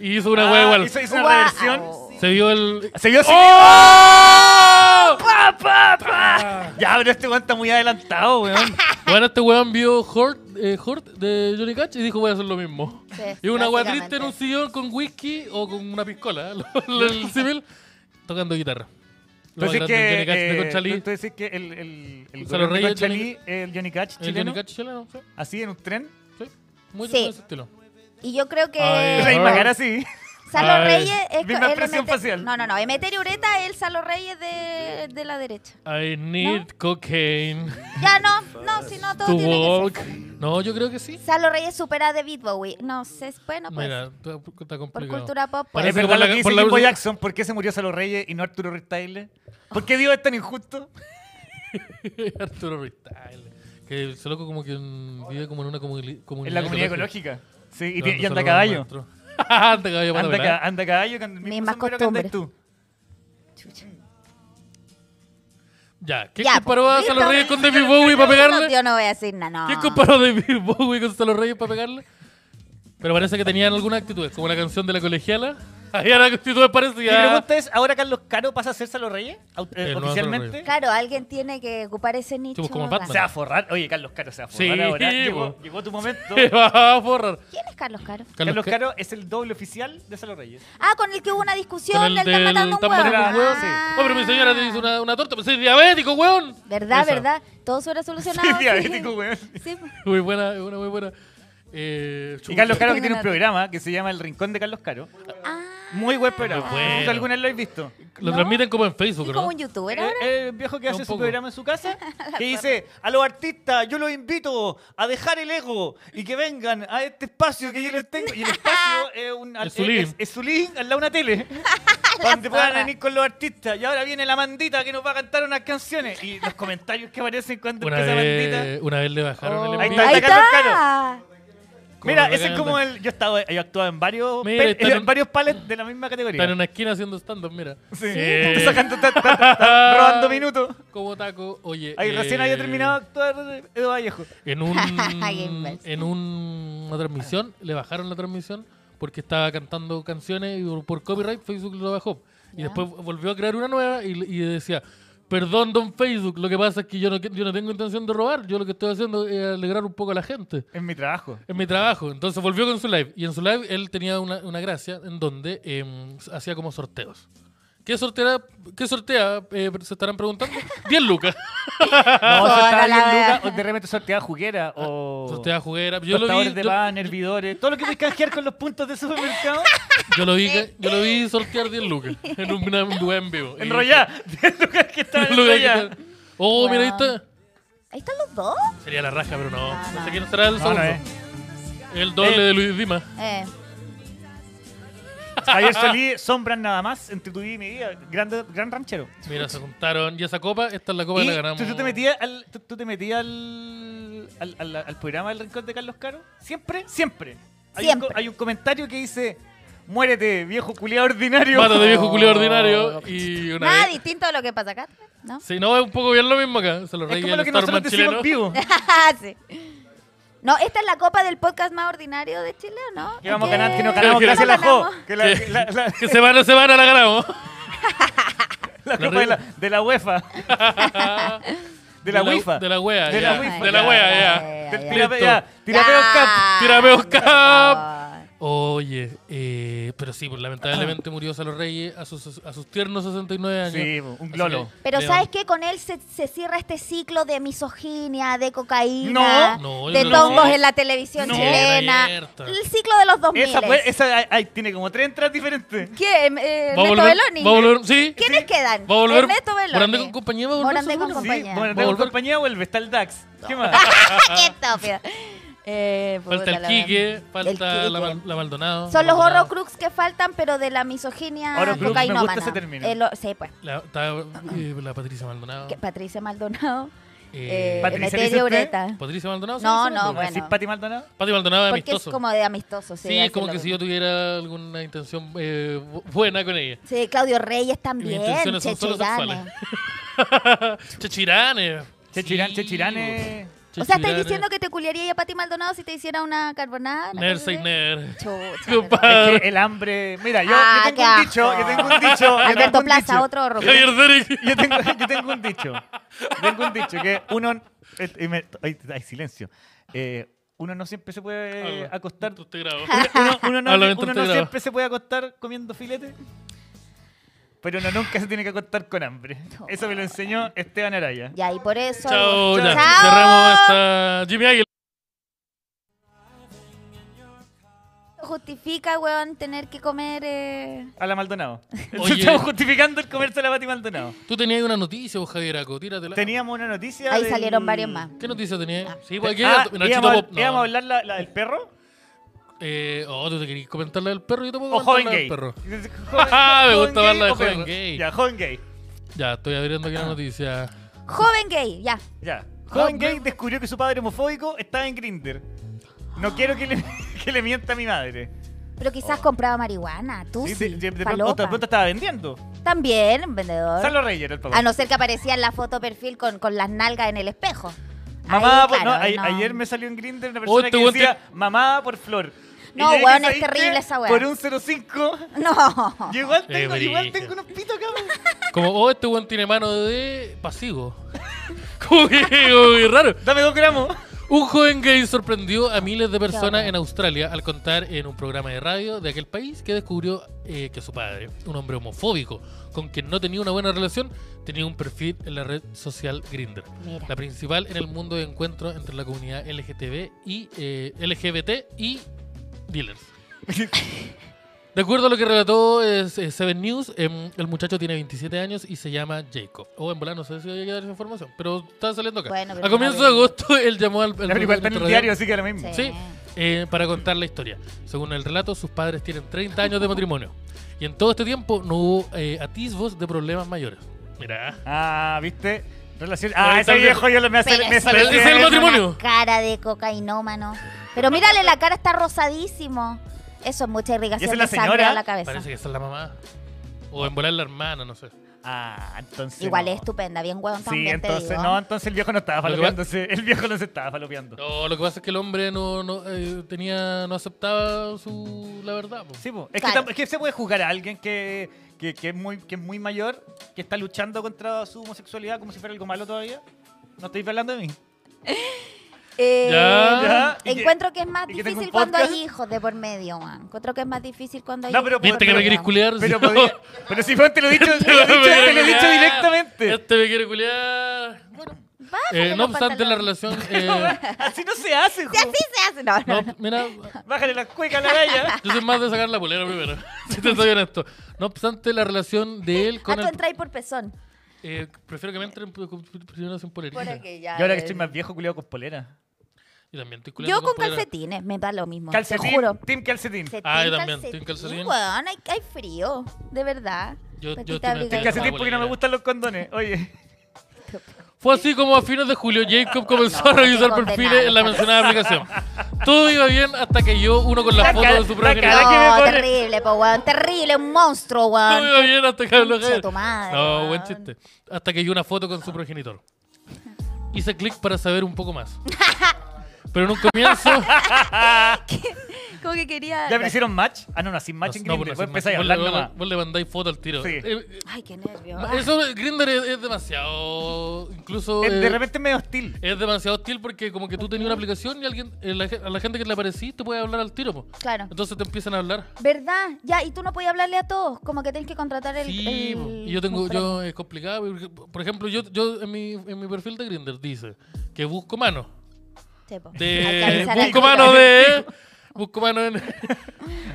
y hizo una hueá
Ah,
igual.
Hizo, hizo una
Wow.
reversión.
Se vio el...
Se vio así.
¡Oh!
Pa, pa, pa. Ya, pero este weón está muy adelantado, weón.
Bueno, este weón vio Hort, eh, Hort de Johnny Cash y dijo voy a hacer lo mismo.
Sí,
y una weá
básicamente.
triste en un sillón con whisky o con una piscola, lo- el civil, tocando guitarra. Lo más
Entonces
grande del Johnny Cash de
eh,
Conchalí.
tú- tú decís que el, el, el
Gonzalo
gobernante
Reyes,
Conchalí, el Johnny Cash
El
chileno,
Johnny Cash chileno, sí.
así en un tren.
sí. Muy
Sí.
muy de ese estilo.
Y yo creo que.
Ay,
Es la misma cara así.
Ay.
Salo Reyes es
Misma
es
expresión
Mete-
facial.
No, no, no. Emeterio Ureta es el Salo Reyes de, de la derecha.
I need cocaine.
Ya no, no, si no todo
To
tiene que
walk. No, yo creo que sí.
ser. Salo Reyes supera a David Bowie. No sé, bueno, pues.
Mira, está, está complicado.
por cultura pop. pues.
Parece
es verdad
por la-
lo que dice
por la-
Jimbo Jackson. ¿Por qué se murió Salo Reyes y no Arturo Ruiz Tagle? ¿Por qué Dios es tan injusto?
Arturo Ristal. Que ese loco como que mm, vive como en una comuni- comunidad.
En la comunidad
ecológica.
ecológica. Sí, y,
Le
tiene- y
mando
anda
saludos al
a caballo.
maestro. anda a caballo para
Anda,
pelar.
ca- anda a caballo. Con el mismo
Mismas
sombrero que andas
costumbres.
tú.
Ya, ¿quién
Ya,
comparó
pues,
a Salo
listo.
Reyes con David Bowie para
No,
pegarle?
yo no voy a decir nada. No.
¿Quién comparó a David Bowie con Salo Reyes para pegarle? Pero parece que tenían alguna actitud, como la canción de la colegiala. Había una actitud
Mi
parecida.
pregunta es, ¿ahora Carlos Caro pasa a ser Salo Reyes? Au- eh,
El nuevo
¿Oficialmente?
Salo
Claro, alguien tiene que ocupar ese nicho.
como
acá.
Se va a forrar. Oye, Carlos Caro se va a forrar
Sí,
ahora.
po.
Llegó, llegó tu momento.
Se va a borrar.
¿Quién es Carlos Caro?
Carlos
Ca-
Caro es el doble oficial de Salo Reyes.
Ah, con el que hubo una discusión,
Con
el,
el
del
del
matando a
tan
un huevo.
matando
a un huevo,
Ah.
sí.
Oh, pero mi señora te hizo una, una torta. Pues soy diabético, weón.
¿Verdad,
Esa.
verdad? Todo se hubiera solucionado.
Soy
sí.
diabético, weón.
Sí.
Muy buena, es una muy buena. Eh,
Y
chuta.
Carlos Caro que
Tengo
tiene un
una-
programa que se llama El Rincón de Carlos Caro.
Ah,
Muy buen programa.
Muy bueno.
¿Tú alguna vez lo has visto?
Lo
¿no?
transmiten como en
sí,
Facebook, ¿no?
como un youtuber ahora.
Eh, El viejo que
Un
hace su
poco.
programa en su casa, que dice, a los artistas, yo los invito a dejar el ego y que vengan a este espacio que yo les tengo. Y el espacio es, un,
Es su living.
es- es su living al lado de una tele, donde puedan venir con los artistas. Y ahora viene la mandita que nos va a cantar unas canciones. Y los comentarios que aparecen cuando
Una
empieza
vez, una vez le bajaron el
Oh.
Ahí
envío.
está,
Ahí
Carlos Caro.
está.
mandita. Mira,
Como
ese es como el... Yo he, estado, yo he actuado en varios,
Mira,
pel-
están en-
en varios palets de la misma categoría.
Están en una esquina haciendo stand-up, mira.
Sí.
Eh,
Te sacan- te- te- te- te- robando minutos.
Como taco, oye.
Ahí recién
eh,
había terminado de actuar Edo Vallejo.
En, un,
Qué imbécil.
en un- una transmisión, le bajaron la transmisión porque estaba cantando canciones y por- por copyright Facebook lo bajó. Y
Ya.
después volvió a crear una nueva y, y decía, perdón, don Facebook, lo que pasa es que yo no, que- yo no tengo intención de robar, yo lo que estoy haciendo es alegrar un poco a la gente.
En mi trabajo.
En mi trabajo. Entonces volvió con su live. Y en su live él tenía una, una gracia en donde em, hacía como sorteos. ¿Qué sortea? ¿Qué sortea? Eh, se estarán preguntando. 10 lucas.
No,
Toda
sorteaba 10
la verdad.
lucas, o de repente sorteaba juguera, o
Sortea juguera. Ah, Yo lo vi.
tostadores Oh. de
Yo,
pan, hervidores, todo lo que puedes canjear con los puntos de supermercado.
yo lo vi, que- yo lo vi sortear 10 lucas en un una- un web en vivo. Y-
Enrollá, 10 lucas que estaban
10 lucas que
enrolladas.
te- Oh, mira, ahí
Wow.
está.
Ahí están los dos.
Sería la raja, pero no.
Ah,
No sé
no.
quién será el
No,
segundo.
no, eh.
El doble
Eh.
de Luis Dima.
Eh,
Javier Solís, sombras nada más, entre tu vida y mi vida, grande- gran ranchero.
Mira, se juntaron. Y esa copa, esta es la copa
Y
que la ganamos.
tú, tú te metías al, tú, tú te metías al, al, al- al programa del Rincón de Carlos Caro? ¿Siempre? Siempre. Hay,
Siempre.
Un, co- hay un comentario que dice, muérete, viejo culiado ordinario.
Mata de viejo
Oh.
culiado ordinario. Y una
nada
vez-
distinto a lo que pasa acá, ¿no?
Sí, no, es un poco bien lo mismo acá. Se lo
Es
reí
como
el
lo que nosotros
Starman
decimos
chileno.
en vivo.
sí. No, esta es la copa del podcast más ordinario de Chile, ¿o no?
Que vamos a
¿Qué?
ganar, que no
¿Qué?
ganamos
¿Qué?
gracias a la
Ganamos.
Jo. Que la,
Que-
la- la-
Que semana a semana la ganamos.
la copa de la, de la UEFA. De la UEFA.
De la wea.
De
ya.
la UEFA.
De la wea, ya.
Ya,
Del
ya,
tirape-
Listo.
ya, tirapeo cap.
Ah,
Tirapeos
por
Cap.
favor.
Oye, eh, pero sí, pues, lamentablemente murió Salo Reyes a sus, a sus tiernos 69 años.
Sí, pues, un glolo.
Así que,
Pero
vean,
¿sabes qué? Con él se, se cierra este ciclo de misoginia, de cocaína,
No.
No, yo
de
creo que
tongos
no.
en la televisión
No.
chilena.
Era abierta.
El ciclo de los 2000.
Esa, fue- esa ay, ay, tiene como tres entradas diferentes.
¿Qué? Eh,
Va a
Neto
volver.
Belloni.
Va a volver. Sí.
¿Quiénes quedan?
Va a volver.
Ernesto Belloni.
Morandé con compañía va a volver.
Morandé con
seguro.
compañía.
Sí,
Compañía.
bueno,
Va a
tengo
volver.
compañía, vuelve, está el DAX. ¿Qué más?
¡Qué estúpido! Eh,
Falta
puta
el
la
Quique,
El
falta
Quique.
la, Mal- la Maldonado.
Son los
Maldonado.
horrocrux que faltan, pero de la misoginia
Horrocrux, me gusta
cocainómana.
ese término.
El o- sí, pues.
La, está, eh, la Patricia Maldonado.
Que Patricia Maldonado,
Eh,
eh,
Patricia,
Emeterio
¿dice usted?
Ureta.
¿Patricia Maldonado?
No,
Sí, sí,
no,
Maldonado.
bueno.
¿Decís Pati Maldonado?
Pati Maldonado es
Porque es
amistoso.
como de amistoso. Sí,
Sí, es como
eso
que
lo
si yo tuviera alguna intención eh, bu- buena con ella.
Sí, Claudio Reyes
Mis
también.
intenciones son solo
Chechirane.
sexuales. Chechirane.
Chechirán,
Sí,
Chechirane.
bo.
O sea, ¿estáis
Chechirane.
diciendo que te culiaría a Pati Maldonado si te hiciera una carbonada? una
Ner
cosa
say
así?
ner.
Chucha,
Compadre.
¿verdad?
Ah.
Es que el hambre. Mira, yo, yo
Ah, qué
tengo un dicho,
asco.
yo tengo un dicho. yo tengo
Alberto
un
Plaza,
dicho.
otro horrocrux.
Javier Derek.
Yo tengo, yo tengo un dicho. Yo Tengo un dicho que uno. eh, eh, me- ay, ay, silencio. Eh, uno no siempre se puede
Habla.
Eh, acostar.
Ah, Tú Ah, te grabo.
Uno, uno no,
Habla mientras
uno
te
no
grabo.
siempre se puede acostar comiendo filete. Pero uno nunca se tiene que acostar con hambre. Eso me lo enseñó Esteban Araya.
Ya, y por eso.
Chao, ya.
Chao.
Cerramos hasta Jimmy Águila.
Justifica, weón, tener que comer. eh,
A la Maldonado.
Oye.
Estamos justificando el comercio de la Pati Maldonado.
Tú tenías una noticia, vos, Javieraco. Tíratela.
Teníamos una noticia.
Ahí
del-
salieron varios más.
¿Qué noticia tenías? Sí, pues aquí
Ah,
Nachito
íbamos, a-
Pop. no.
íbamos a hablar la, la del perro
Eh, oh, tú te querías comentar la del perro. Yo te puedo
o
comentar
joven
la
gay.
del perro.
Joven-
Ah, Me
joven
gustaba
gay
la de
o perro.
joven gay.
Ya, joven gay.
Ya, estoy abriendo aquí la noticia.
Joven gay, ya.
Ya. Joven
Ah,
gay
me-
descubrió que su padre homofóbico estaba en Grinder. No quiero que le, que le mienta a mi madre.
Pero quizás compraba marihuana, tú Uh, sí.
Oh. Sí, de, de- de pronto,
falopa.
de pronto estaba vendiendo.
También, vendedor.
Salo Reyes era el papá.
A Ah, no ser que aparecía en la foto perfil con, con las nalgas en el espejo.
Mamá,
Ahí,
por- no,
claro,
a-
no.
ayer me salió en Grinder una persona
este
que
weón
decía
tiene-
mamá por flor. Y
No,
yo dije,
weón, es
"¿Sabéis
terrible
qué?
esa weá.
Por un 05,
No.
yo igual
Qué
tengo, igual
brillo.
tengo unos pitos acá, weón.
Como, oh, este weón tiene mano de pasivo. como que, como que raro.
Dame dos gramos.
Un joven gay sorprendió a miles de personas
horror.
en Australia al contar en un programa de radio de aquel país que descubrió eh, que su padre, un hombre homofóbico con quien no tenía una buena relación, tenía un perfil en la red social Grindr,
Mira.
la principal en el mundo de encuentro entre la comunidad LGTB y eh, LGBT y dealers. De acuerdo a lo que relató eh, se- Seven News, em, el muchacho tiene 27 años y se llama Jacob. O en volar, no sé si voy a dar esa información, pero está saliendo acá.
Bueno, pero
a comienzos de
no, pero-
agosto, él llamó al... al
La película está en el
nuestro
diario,
radio-
así que ahora mismo.
Sí, eh, para contar la historia. Según el relato, sus padres tienen 30 años de matrimonio. Y en todo este tiempo no hubo eh, atisbos de problemas mayores. Mirá.
Ah, ¿viste? Relación.
Ahí
Ah,
está
ese
el
viejo yo lo me hace.
Pero
me
ese
Pero
hace-
es el
weón
matrimonio.
una Cara de cocainómano. Pero mírale la cara, está rosadísimo. Eso es mucha irrigación
¿Y esa es la
de sangre
señora?
a la cabeza.
Parece que esa es la mamá. O en volar la hermana, no sé.
Ah, entonces.
Igual
no.
es estupenda, bien hueón
Sí,
también
entonces,
te digo.
no, entonces el viejo no estaba
Lo que va-
falopeándose. El viejo no se estaba falopeando.
No, lo que pasa es que el hombre no, no, eh, tenía, no aceptaba su, la verdad. po.
Sí, po. es,
Claro.
que, tam- es que se puede juzgar a alguien que, que, que es muy, que es muy mayor, que está luchando contra su homosexualidad como si fuera algo malo todavía. No estoy hablando de mí.
Eh,
Ya.
Ya. Y que-
Encuentro que es más
y que tengo
difícil
un
cuando hay
podcast.
hijos de por medio, man. Encuentro que es más difícil cuando hay
No, pero-
Viste que me querés culiar.
Pero,
si no.
podía- pero si Juan te lo he dicho, te lo he
Este
dicho,
me quiere
te lo he dicho
culiar.
directamente.
Este me quiere culiar. Eh, no obstante, la
relación.
relación. eh,
Así no se hace,
Sí,
Juan.
así se hace. No, no.
no, mira,
Bájale la cueca a la galla.
Yo soy más de sacar la polera primero. si te soy honesto. No obstante, la relación de él
Ah,
con
tú
el.
entras ahí por pezón.
eh, prefiero que me entren pues, pu- pu- pu- primero sin polerita.
Por aquí, ya,
Y ahora que
eh.
estoy más viejo, culiado con polera.
Yo también estoy culiando
Yo con
polera.
calcetines, me da lo mismo. Te
Calcetín,
juro.
team calcetín.
Calcetín,
Ah, yo también, estoy en calcetín.
Weón, hay, hay frío, de verdad.
Yo- yo
Patita
estoy metido en
abrigada.
calcetín.
Calcetín porque no me gustan los condones. Oye,
Fue así como a fines de julio Jacob comenzó a
No,
revisar
qué
perfiles en la
condenado.
mencionada aplicación. Todo iba bien hasta que yo, uno con la
La
foto
cara-
de su
la
propia
cara-
generación.
que me
No,
pone-
terrible, po, weón. Terrible, un monstruo,
Todo
weón.
iba bien hasta que habló
Concha
Javier.
tu madre,
No,
weón.
buen chiste. Hasta que yo una foto con su progenitor. Hice clic para saber un poco más. Pero en un comienzo.
Como que quería.
¿ya me hicieron match? Ah, no, no, sin match en
No,
Grindr.
no,
Vos
sí,
empezás a
vos
hablar
le- vos le-
nomás.
Vos le mandáis foto al tiro.
Sí.
Eh, eh,
Ay, qué nervio.
Ma- Eso, Grinder es, es demasiado. Incluso.
Eh, De
eh,
repente es medio hostil.
Es demasiado hostil porque, como que tú tenías una aplicación y alguien, eh, la ge- a la gente que le aparecí te puede hablar al tiro, po.
Claro.
Entonces te empiezan a hablar.
¿Verdad? Ya, y tú no podías hablarle a todos. Como que tenés que contratar el.
sí, po.
el-
y yo tengo.
un
Yo, es complicado. porque, por ejemplo, yo, yo en, mi, en mi perfil de Grinder dice que busco mano.
Sí, po. Hay que
De,
avisar
busco
al tiro.
mano de. Busco mano en.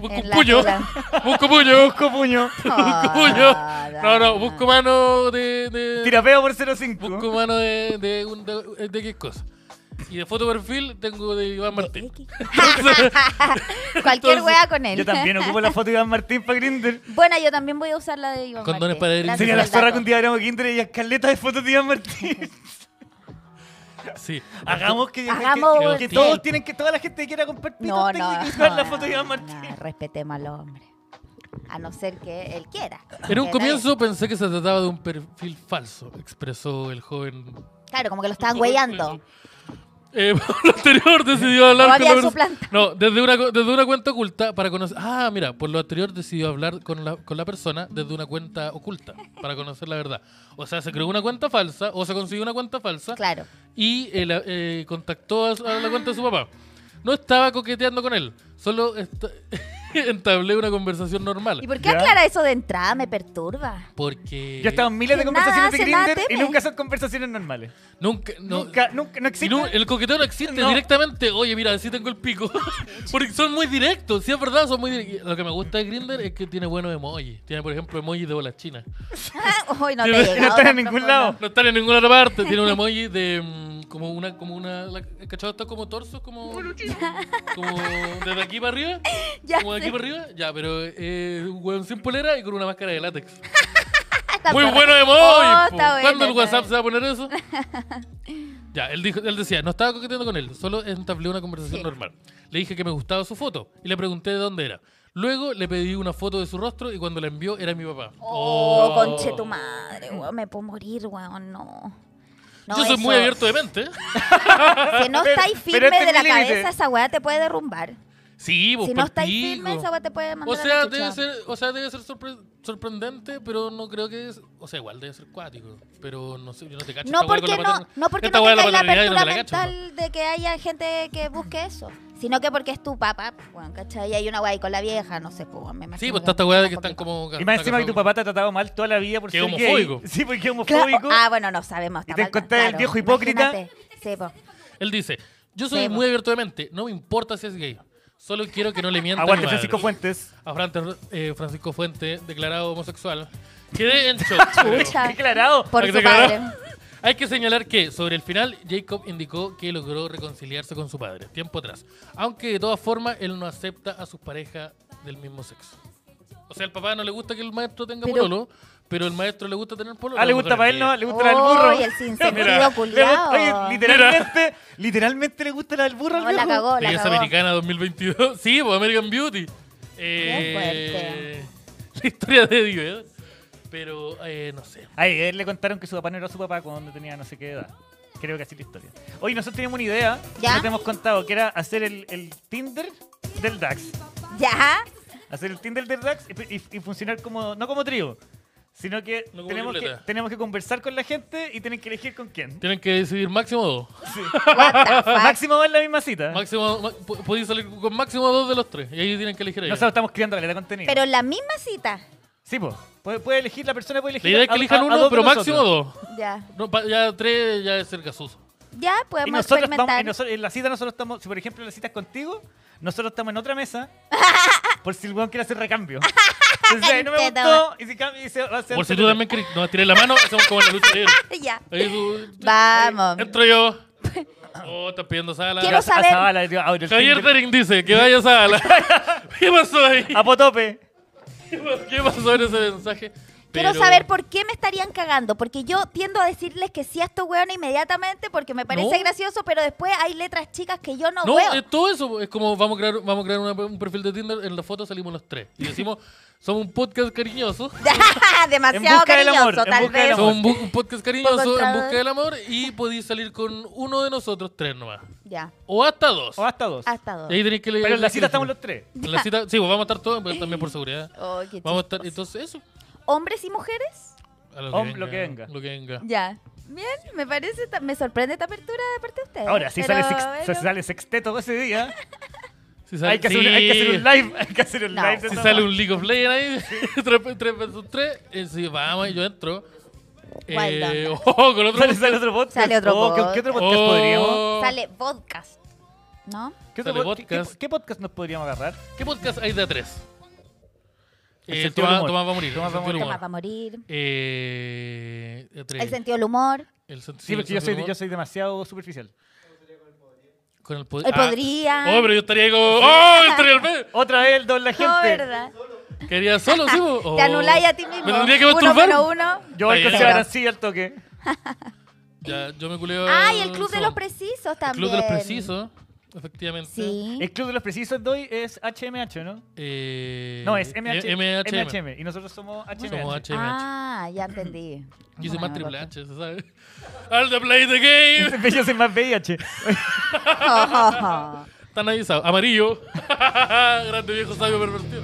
Busco
En
un
la
puño.
cola.
Busco puño. Busco
Busco puño.
puño.
Ah,
No, no, busco mano de- de
Tirapeo por 05.
Busco mano de, de, un- de, de qué cosa. Y de foto perfil tengo de Iván Martín.
Cualquier
Entonces,
weá con él.
Yo también ocupo la foto de Iván Martín para Grindr.
Bueno, yo también voy a usar la de Iván
Condones
Martín.
para Eric.
Gracias
Sería
por
la
el
zorra
dato.
que un día abriéramos Grindr y escaletas de fotos de Iván Martín.
Sí. Ah,
Hagamos que, que-
Hagamos
que-
un
que
tiempo.
todos tienen que toda la gente que quiera compartir
No, no.
que usar la
no,
foto de Iván
no,
Martín.
no, respetemos al hombre. A no ser que él quiera.
En un
Que
comienzo pensé que se trataba de un perfil falso, expresó el joven.
nadie- Claro, como que lo estaban huellando.
Eh, por lo anterior decidió hablar
Lo
con la
habían
pers-
suplantado.
No, desde una, cu- desde una cuenta oculta para conocer. Ah, mira, por lo anterior decidió hablar con la, con la persona desde una cuenta oculta para conocer la verdad. O sea, se creó una cuenta falsa o se consiguió una cuenta falsa.
Claro.
y eh, la- eh, contactó a, su- a la cuenta de su papá. No estaba coqueteando con él, solo esta- entablé una conversación
¿Y
normal.
por qué
Ya.
aclara eso de entrada? Me perturba.
Porque
Yo he estado en miles de
Que nada pues.
conversaciones
hace,
de
nada
Grindr y
teme.
nunca son conversaciones normales.
nunca, no,
nunca, nunca, no
y
existe.
no- el coqueteo no existe
No.
directamente. Oye, mira, sí tengo el pico. Porque son muy directos, sí es verdad, son muy directos. Lo que me gusta de Grinder es que tiene buenos emojis. Tiene, por ejemplo, emojis de bolas chinas.
Hoy no te
Y no-
he
y no
llegado
están en
tan
ningún
profundo.
lado.
No están en ninguna otra parte. Tiene un emoji de mm, como una, como una. la- ¿Cachado? Está como torso, como. Como desde aquí para arriba.
Ya
como de
sé.
aquí para arriba. Ya, pero eh, un hueón sin polera y con una máscara de látex.
Ah, Está
Muy
perra.
bueno emoji.
Oh,
po.
está bueno,
¿Cuándo el
está
WhatsApp
bueno.
se va a poner eso? Ya, él, dijo, él decía, no estaba coqueteando con él, solo entablé una conversación
Sí.
normal. Le dije que me gustaba su foto y le pregunté de dónde era. Luego le pedí una foto de su rostro y cuando la envió era mi papá.
Oh, conche tu madre, weón. Me puedo morir, weón. No. No,
Yo soy muy
eso-
abierto de mente.
Si no
Pero-
estáis
pero
firme
este
de
es
la
mi límite.
cabeza, esa weá te puede derrumbar.
Sí, pues
Si no
pa'l
estáis
pico.
firme, esa weá te puede mandar
O
a la
sea,
chucha.
debe ser, o sea, debe ser sorpre- sorprendente, pero no creo que es, o sea, igual debe ser cuático, pero no sé, yo no te cacho.
No
esta weá con
porque
la
no,
paterna-
no porque
esta
no
weá de
tengáis la
paternidad yo no
apertura
te cacho, pues.
mental de que haya gente que busque eso, sino que porque es tu papá, pues, weón, ¿cachai? Y hay una weá ahí con la vieja, no sé, pues, me
¿no?
imagino
Sí, pues está
que
esta weá de que
es más
están como
Y más
está
encima que
casado
tu
con-
papá te ha tratado mal toda la vida por
Que
ser
es
gay.
homofóbico.
Sí, porque es
complicado.
homofóbico.
Ah, bueno, no sabemos. está
Y te
mal,
encontrás el viejo hipócrita.
imagínate. Sí, pues.
Él dice, "Yo soy
Sí,
muy
pues.
abierto de mente, no me importa si es gay. Solo quiero que no le mientan
Aguante Francisco Fuentes.
A Fran- eh, Francisco Fuente, declarado homosexual. Quedé en shock. creo.
Chucha.
Declarado.
Hay
Por
que
su padre.
declarar- Hay que señalar que, sobre el final, Jacob indicó que logró reconciliarse con su padre, tiempo atrás. Aunque, de todas formas, él no acepta a sus parejas del mismo sexo. O sea, al papá no le gusta que el maestro tenga
Pero-
pololo, pero el maestro le gusta tener pololo.
Ah, le
A lo
gusta
mejor
para
es
él,
gay.
no, le gusta la del burro.
Oy, el sinsentido
Mira, le gusta-
culiao.
Oye, literalmente, literalmente le gusta la del burro al
No, la
viejo.
cagó, la
Belleza
cagó.
Americana 2022. Sí, pues American Beauty. Eh, la historia de Dios. Pero, eh, no sé.
Ay, a él le contaron que su papá no era su papá cuando tenía no sé qué edad. Creo que así la historia. Oye, nosotros teníamos una idea, que
¿Ya?
no te hemos contado, que era hacer el, el Tinder del DAX.
Ya.
Hacer el Tinder del DAX y, y- y funcionar como, no como trío, sino que,
No como
tenemos que
tripleta.
tenemos que conversar con la gente y tienen que elegir con quién.
Tienen que decidir máximo dos.
What the fuck.
Máximo va en la misma cita.
Máximo, ma- po- podéis salir con máximo dos de los tres. Y ahí tienen que elegir a ellos.
Nosotros estamos creando caleta de contenido.
Pero en la misma cita.
sí, pues. Puede, puede elegir, la persona puede
La
elegir.
idea es que
a-
elijan
a- a
uno,
dos de
pero
nosotros.
máximo dos.
Ya.
No, pa- ya tres ya es ser gasuso.
Ya,
Y
podemos
nosotros
experimentar.
estamos, y nosotros- en la cita nosotros estamos, si por ejemplo la cita es contigo, nosotros estamos en otra mesa, por si el weón quiere hacer recambio. Entonces, ahí no me
Entiendo.
gustó, y si cambia, y se va a hacer...
Por si tú también querés, nos tiré la mano, hacemos como en la lucha libre.
Ya.
Ahí tú-
Vamos.
entro yo. Oh, estás pidiendo sala.
Quiero
A
saber-
Zavala, digo, ahora el
Javier
Tinder,
Dering dice que vaya a sala. ¿Qué pasó ahí?
A potope.
¿Qué pasó en ese mensaje?
Quiero
Pero-
saber por qué me estarían cagando, porque yo tiendo a decirles que sí a estos hueones inmediatamente porque me parece
No.
gracioso, pero después hay letras chicas que yo no,
No,
veo.
eh,
es todo eso. Es como vamos a crear, vamos a crear una- un perfil de Tinder. En la foto salimos los tres. Y decimos, somos un podcast cariñoso.
En
Demasiado
busca del
cariñoso,
amor, en
tal
busca del
vez.
amor.
Somos un, bu- un podcast cariñoso
Poco
en
entrado.
busca del amor. Y podéis salir con uno de nosotros tres nomás.
Ya,
O hasta dos.
O hasta dos.
hasta dos.
Y ahí tenéis que leer.
Pero en la cita estamos los tres.
En la cita, sí, pues vamos a estar todos, pero también por seguridad.
Oh, qué
Vamos a estar,
chistoso.
entonces, eso.
¿Hombres y mujeres?
A lo
Hom- lo que venga.
Lo que venga.
Ya. Bien, me parece, ta- me sorprende esta apertura de parte de ustedes.
Ahora, si
pero,
sale, sex-
bueno.
si sale sexteto ese día,
Si sale,
hay que, hacer,
sí.
un- hay que hacer un live. Hay que hacer un
No.
live. de
Si
esa
sale
weá.
un League of Legends ahí, 3 versus 3, si vamos, yo entro.
Wild
Eh,
Onda.
ojo, con otro.
Sale, sale otro podcast.
Sale otro
Oh, ¿qué- ¿qué,
podcast.
otro podcast podríamos?
Oh.
Sale podcast, ¿no?
¿Qué, otro
Sale
pod- qué-
podcast.
qué- qué podcast nos podríamos agarrar?
¿Qué podcast hay de a 3?
El
Eh,
sentido
Tomás,
del humor.
Tomás va a morir.
Tomás
el
va a
sentido del
morir.
humor.
Tomás va a morir.
Eh, de a tres.
El sentido del humor.
El sen- sí,
Sí,
el
porque
sentido
yo soy,
del
yo
humor.
soy demasiado superficial.
Con el pod-
El
ah.
podría.
Oh, pero yo estaría ahí como. ¡Oh! Estaría al medio.
Otra vez el don la gente.
No, ¿verdad?
Quería solo, sí. vos? Oh.
Te anuláis a ti mismo.
Me tendría que
uno
masturbar.
menos uno.
Yo voy
Está
con
bien.
Seba Arancilla al toque.
Ya, yo me culeo.
Ah, y el Club de
solo.
los Precisos
El
también.
Club de los Precisos, efectivamente.
Sí.
El Club de los Precisos doy es HMH, ¿no?
Eh,
No, es
eh,
MH,
MHM.
MHM. Y nosotros somos HMH.
Somos HMH.
Ah, ya entendí.
Yo soy
Bueno,
más
me
triple
acuerdo.
H, se sabe. I'll the play the game.
Yo soy más VIH.
Oh,
Están avisados. Amarillo. Grande viejo sabio pervertido.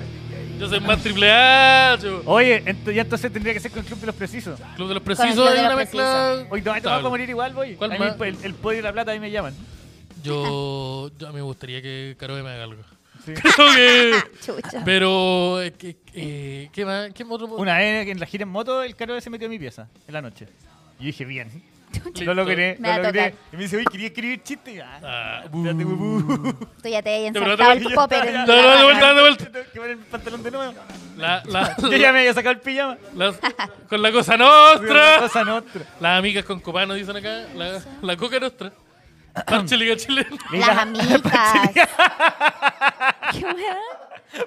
Yo soy más triple H.
Oye, ento- ya entonces tendría que ser con el Club de los Precisos.
Club de los
Club
precisos
de
hay
los
una mezcla.
Oye, no, ahí te vas a morir igual, voy.
¿Cuál
Ahí
más?
me- el, el podio de la plata, ahí me llaman.
Yo, yo me gustaría que Caroe me haga algo.
Sí.
Creo que-
Ah, Chucha.
Pero, eh, que- eh, ¿qué más? ¿Qué otro?
Una vez en la gira en moto, el caro se metió en mi pieza en la noche. Y dije, bien.
Listo.
No lo logré,
Me
no
va a
lo logré.
tocar.
Y me dice, oye, quería escribir chiste. Y, ah,
Ah, bu-
espérate, bu- bu.
Tú ya te habías
Te
ensartado
pregunto-
el popper. en
Dale,
la
dale, de vuelta,
raja.
dale, de vuelta.
Tengo que poner el pantalón de nuevo.
La, la,
Yo ya me había sacado el pijama.
las- con la cosa
Una
nostra.
cosa nostra.
Las amigas con copano dicen acá. La, la coca nostra. Parche liga chilena.
Las amigas. ¿Qué weá?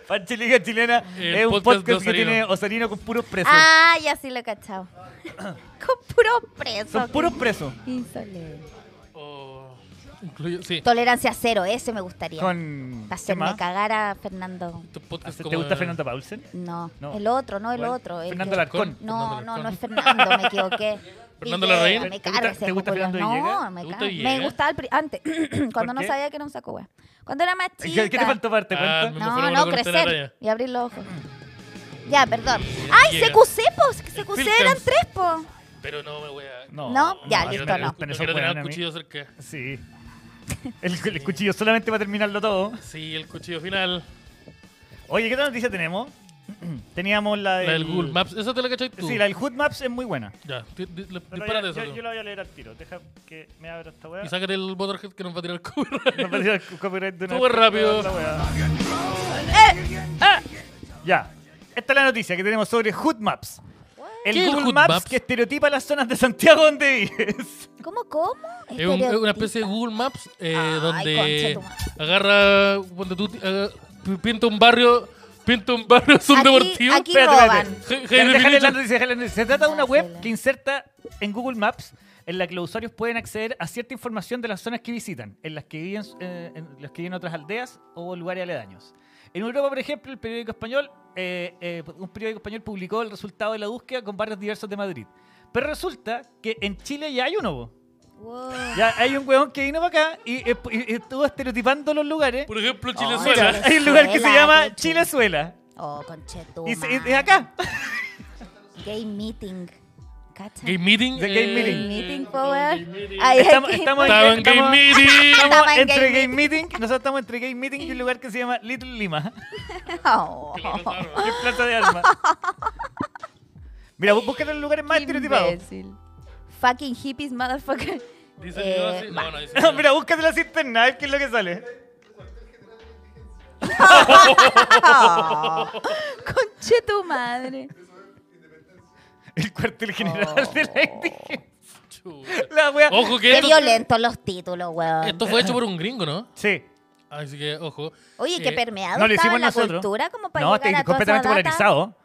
Pancheliga chilena
El
es un
podcast de
podcast, que
Osarino.
tiene Osarino con puros presos.
Ah, ya sí lo he cachado. Con puros presos.
Son puros presos.
Insolente.
O incluye, Oh, sí.
Tolerancia cero, ese me gustaría.
Con.
Para
¿qué más?
hacerme cagar a Fernando.
Estos podcasts
¿Te
como
gusta
de-
Fernanda Paulsen?
No,
No.
el otro, no el
¿Cuál?
otro. el
Fernando
que-
Alarcón.
Fernando
No, no, no
Alarcón.
es Fernando, me equivoqué.
Fernando
Piñera,
Larraín.
¿Te
Me carga
gusta-
ese
te gusta
popular.
Fernando Villegas?
No, me
¿Te gusta
carga. Me
Villegas?
gustaba al pri- antes, cuando no
qué?
sabía que era un saco wea. Cuando era más chica.
¿Qué, qué te faltó para darte
Ah,
cuenta?
me-
No,
fenómeno
no,
con esta araña.
crecer y abrir los ojos. Ya, perdón. ¡Ay,
Llega.
CQC, po! CQC
Phil
eran
Camps.
tres, po.
Pero no me voy a.
No, Ah,
No, ya,
no
listo,
quiero-
no.
No quiero tener el cuchillo cerca.
Sí. El, el cuchillo solamente para terminarlo todo.
Sí, el cuchillo final.
Oye, ¿qué otra noticia tenemos? Teníamos la del...
La del Google Maps. Esa te la cachai tú.
Sí, la del Hood Maps es muy buena.
Ya, di- di- le-
Pero
dispárate
ya-
eso.
yo,
tú.
yo la voy a leer al tiro. Deja que me abra esta weá.
Y sácate el Motorhead que nos va a tirar el
No
copyright.
perdió el copyright de una
Estuvo
vez.
rápido.
La weá. Eh, Ya. Esta es la noticia que tenemos sobre Hood Maps. El
¿Qué es el
Google
Hood
Maps,
Maps?
que estereotipa las zonas de Santiago donde vives.
¿Cómo, cómo?
Es un- es una especie de Google Maps eh,
Ay,
donde
concha tu
agarra. Ponte tú, eh, pi- pinta un barrio. Pinta un barrio, es un
Aquí-
deportivo.
aquí-
Hey, hey,
Déjale
definition.
la noticia, déjale la noticia. Se trata de una
Ah,
web
sí, la-
que inserta en Google Maps en la que los usuarios pueden acceder a cierta información de las zonas que visitan, en las que viven, eh, en las que viven otras aldeas o lugares aledaños. En Europa, por ejemplo, el periódico español, eh, eh, un periódico español publicó el resultado de la búsqueda con barrios diversos de Madrid. Pero resulta que en Chile ya hay uno, po.
Wow.
ya hay un weón que vino para acá y, eh, y- y estuvo estereotipando los lugares.
Por ejemplo,
Ay,
Chilezuela.
ya.
Hay un lugar que se
Chilezuela,
llama
qué chulo.
Chilezuela.
Oh, conchetum.
Y se- y es acá.
Game meeting. ¿Cacha?
Game Meeting.
The Game
eh,
Meeting.
meeting,
eh,
po, weá.
Game Meeting.
Ay,
Estamos,
ay,
estamos,
Estaba en Game
estamos-
Meeting.
Estamos
Estaba en
entre
Game
Game Meeting, nosotros estamos entre Game Meeting y un lugar que se llama Little Lima,
Oh.
que es Plaza de Armas. Mira, bú- búscate los lugares más estereotipados.
Imbécil. Fucking hippies, motherfucker.
Dice
Eh,
yo así. No, no, dice yo.
Mira, búscate la cisterna, a ver qué es lo que sale.
Oh. Conche tu madre.
El cuartel general
Oh.
de la indigencia.
Chuta.
La wea.
Ojo que
Qué
esto,
violentos los títulos, weón.
esto fue hecho por un gringo, ¿no?
Sí.
Así que, ojo.
Oye, qué
Eh,
permeado
no lo
estaba
hicimos
la
nosotros.
cultura como para
No,
llegar a
está
toda esa
completamente
data.
polarizado.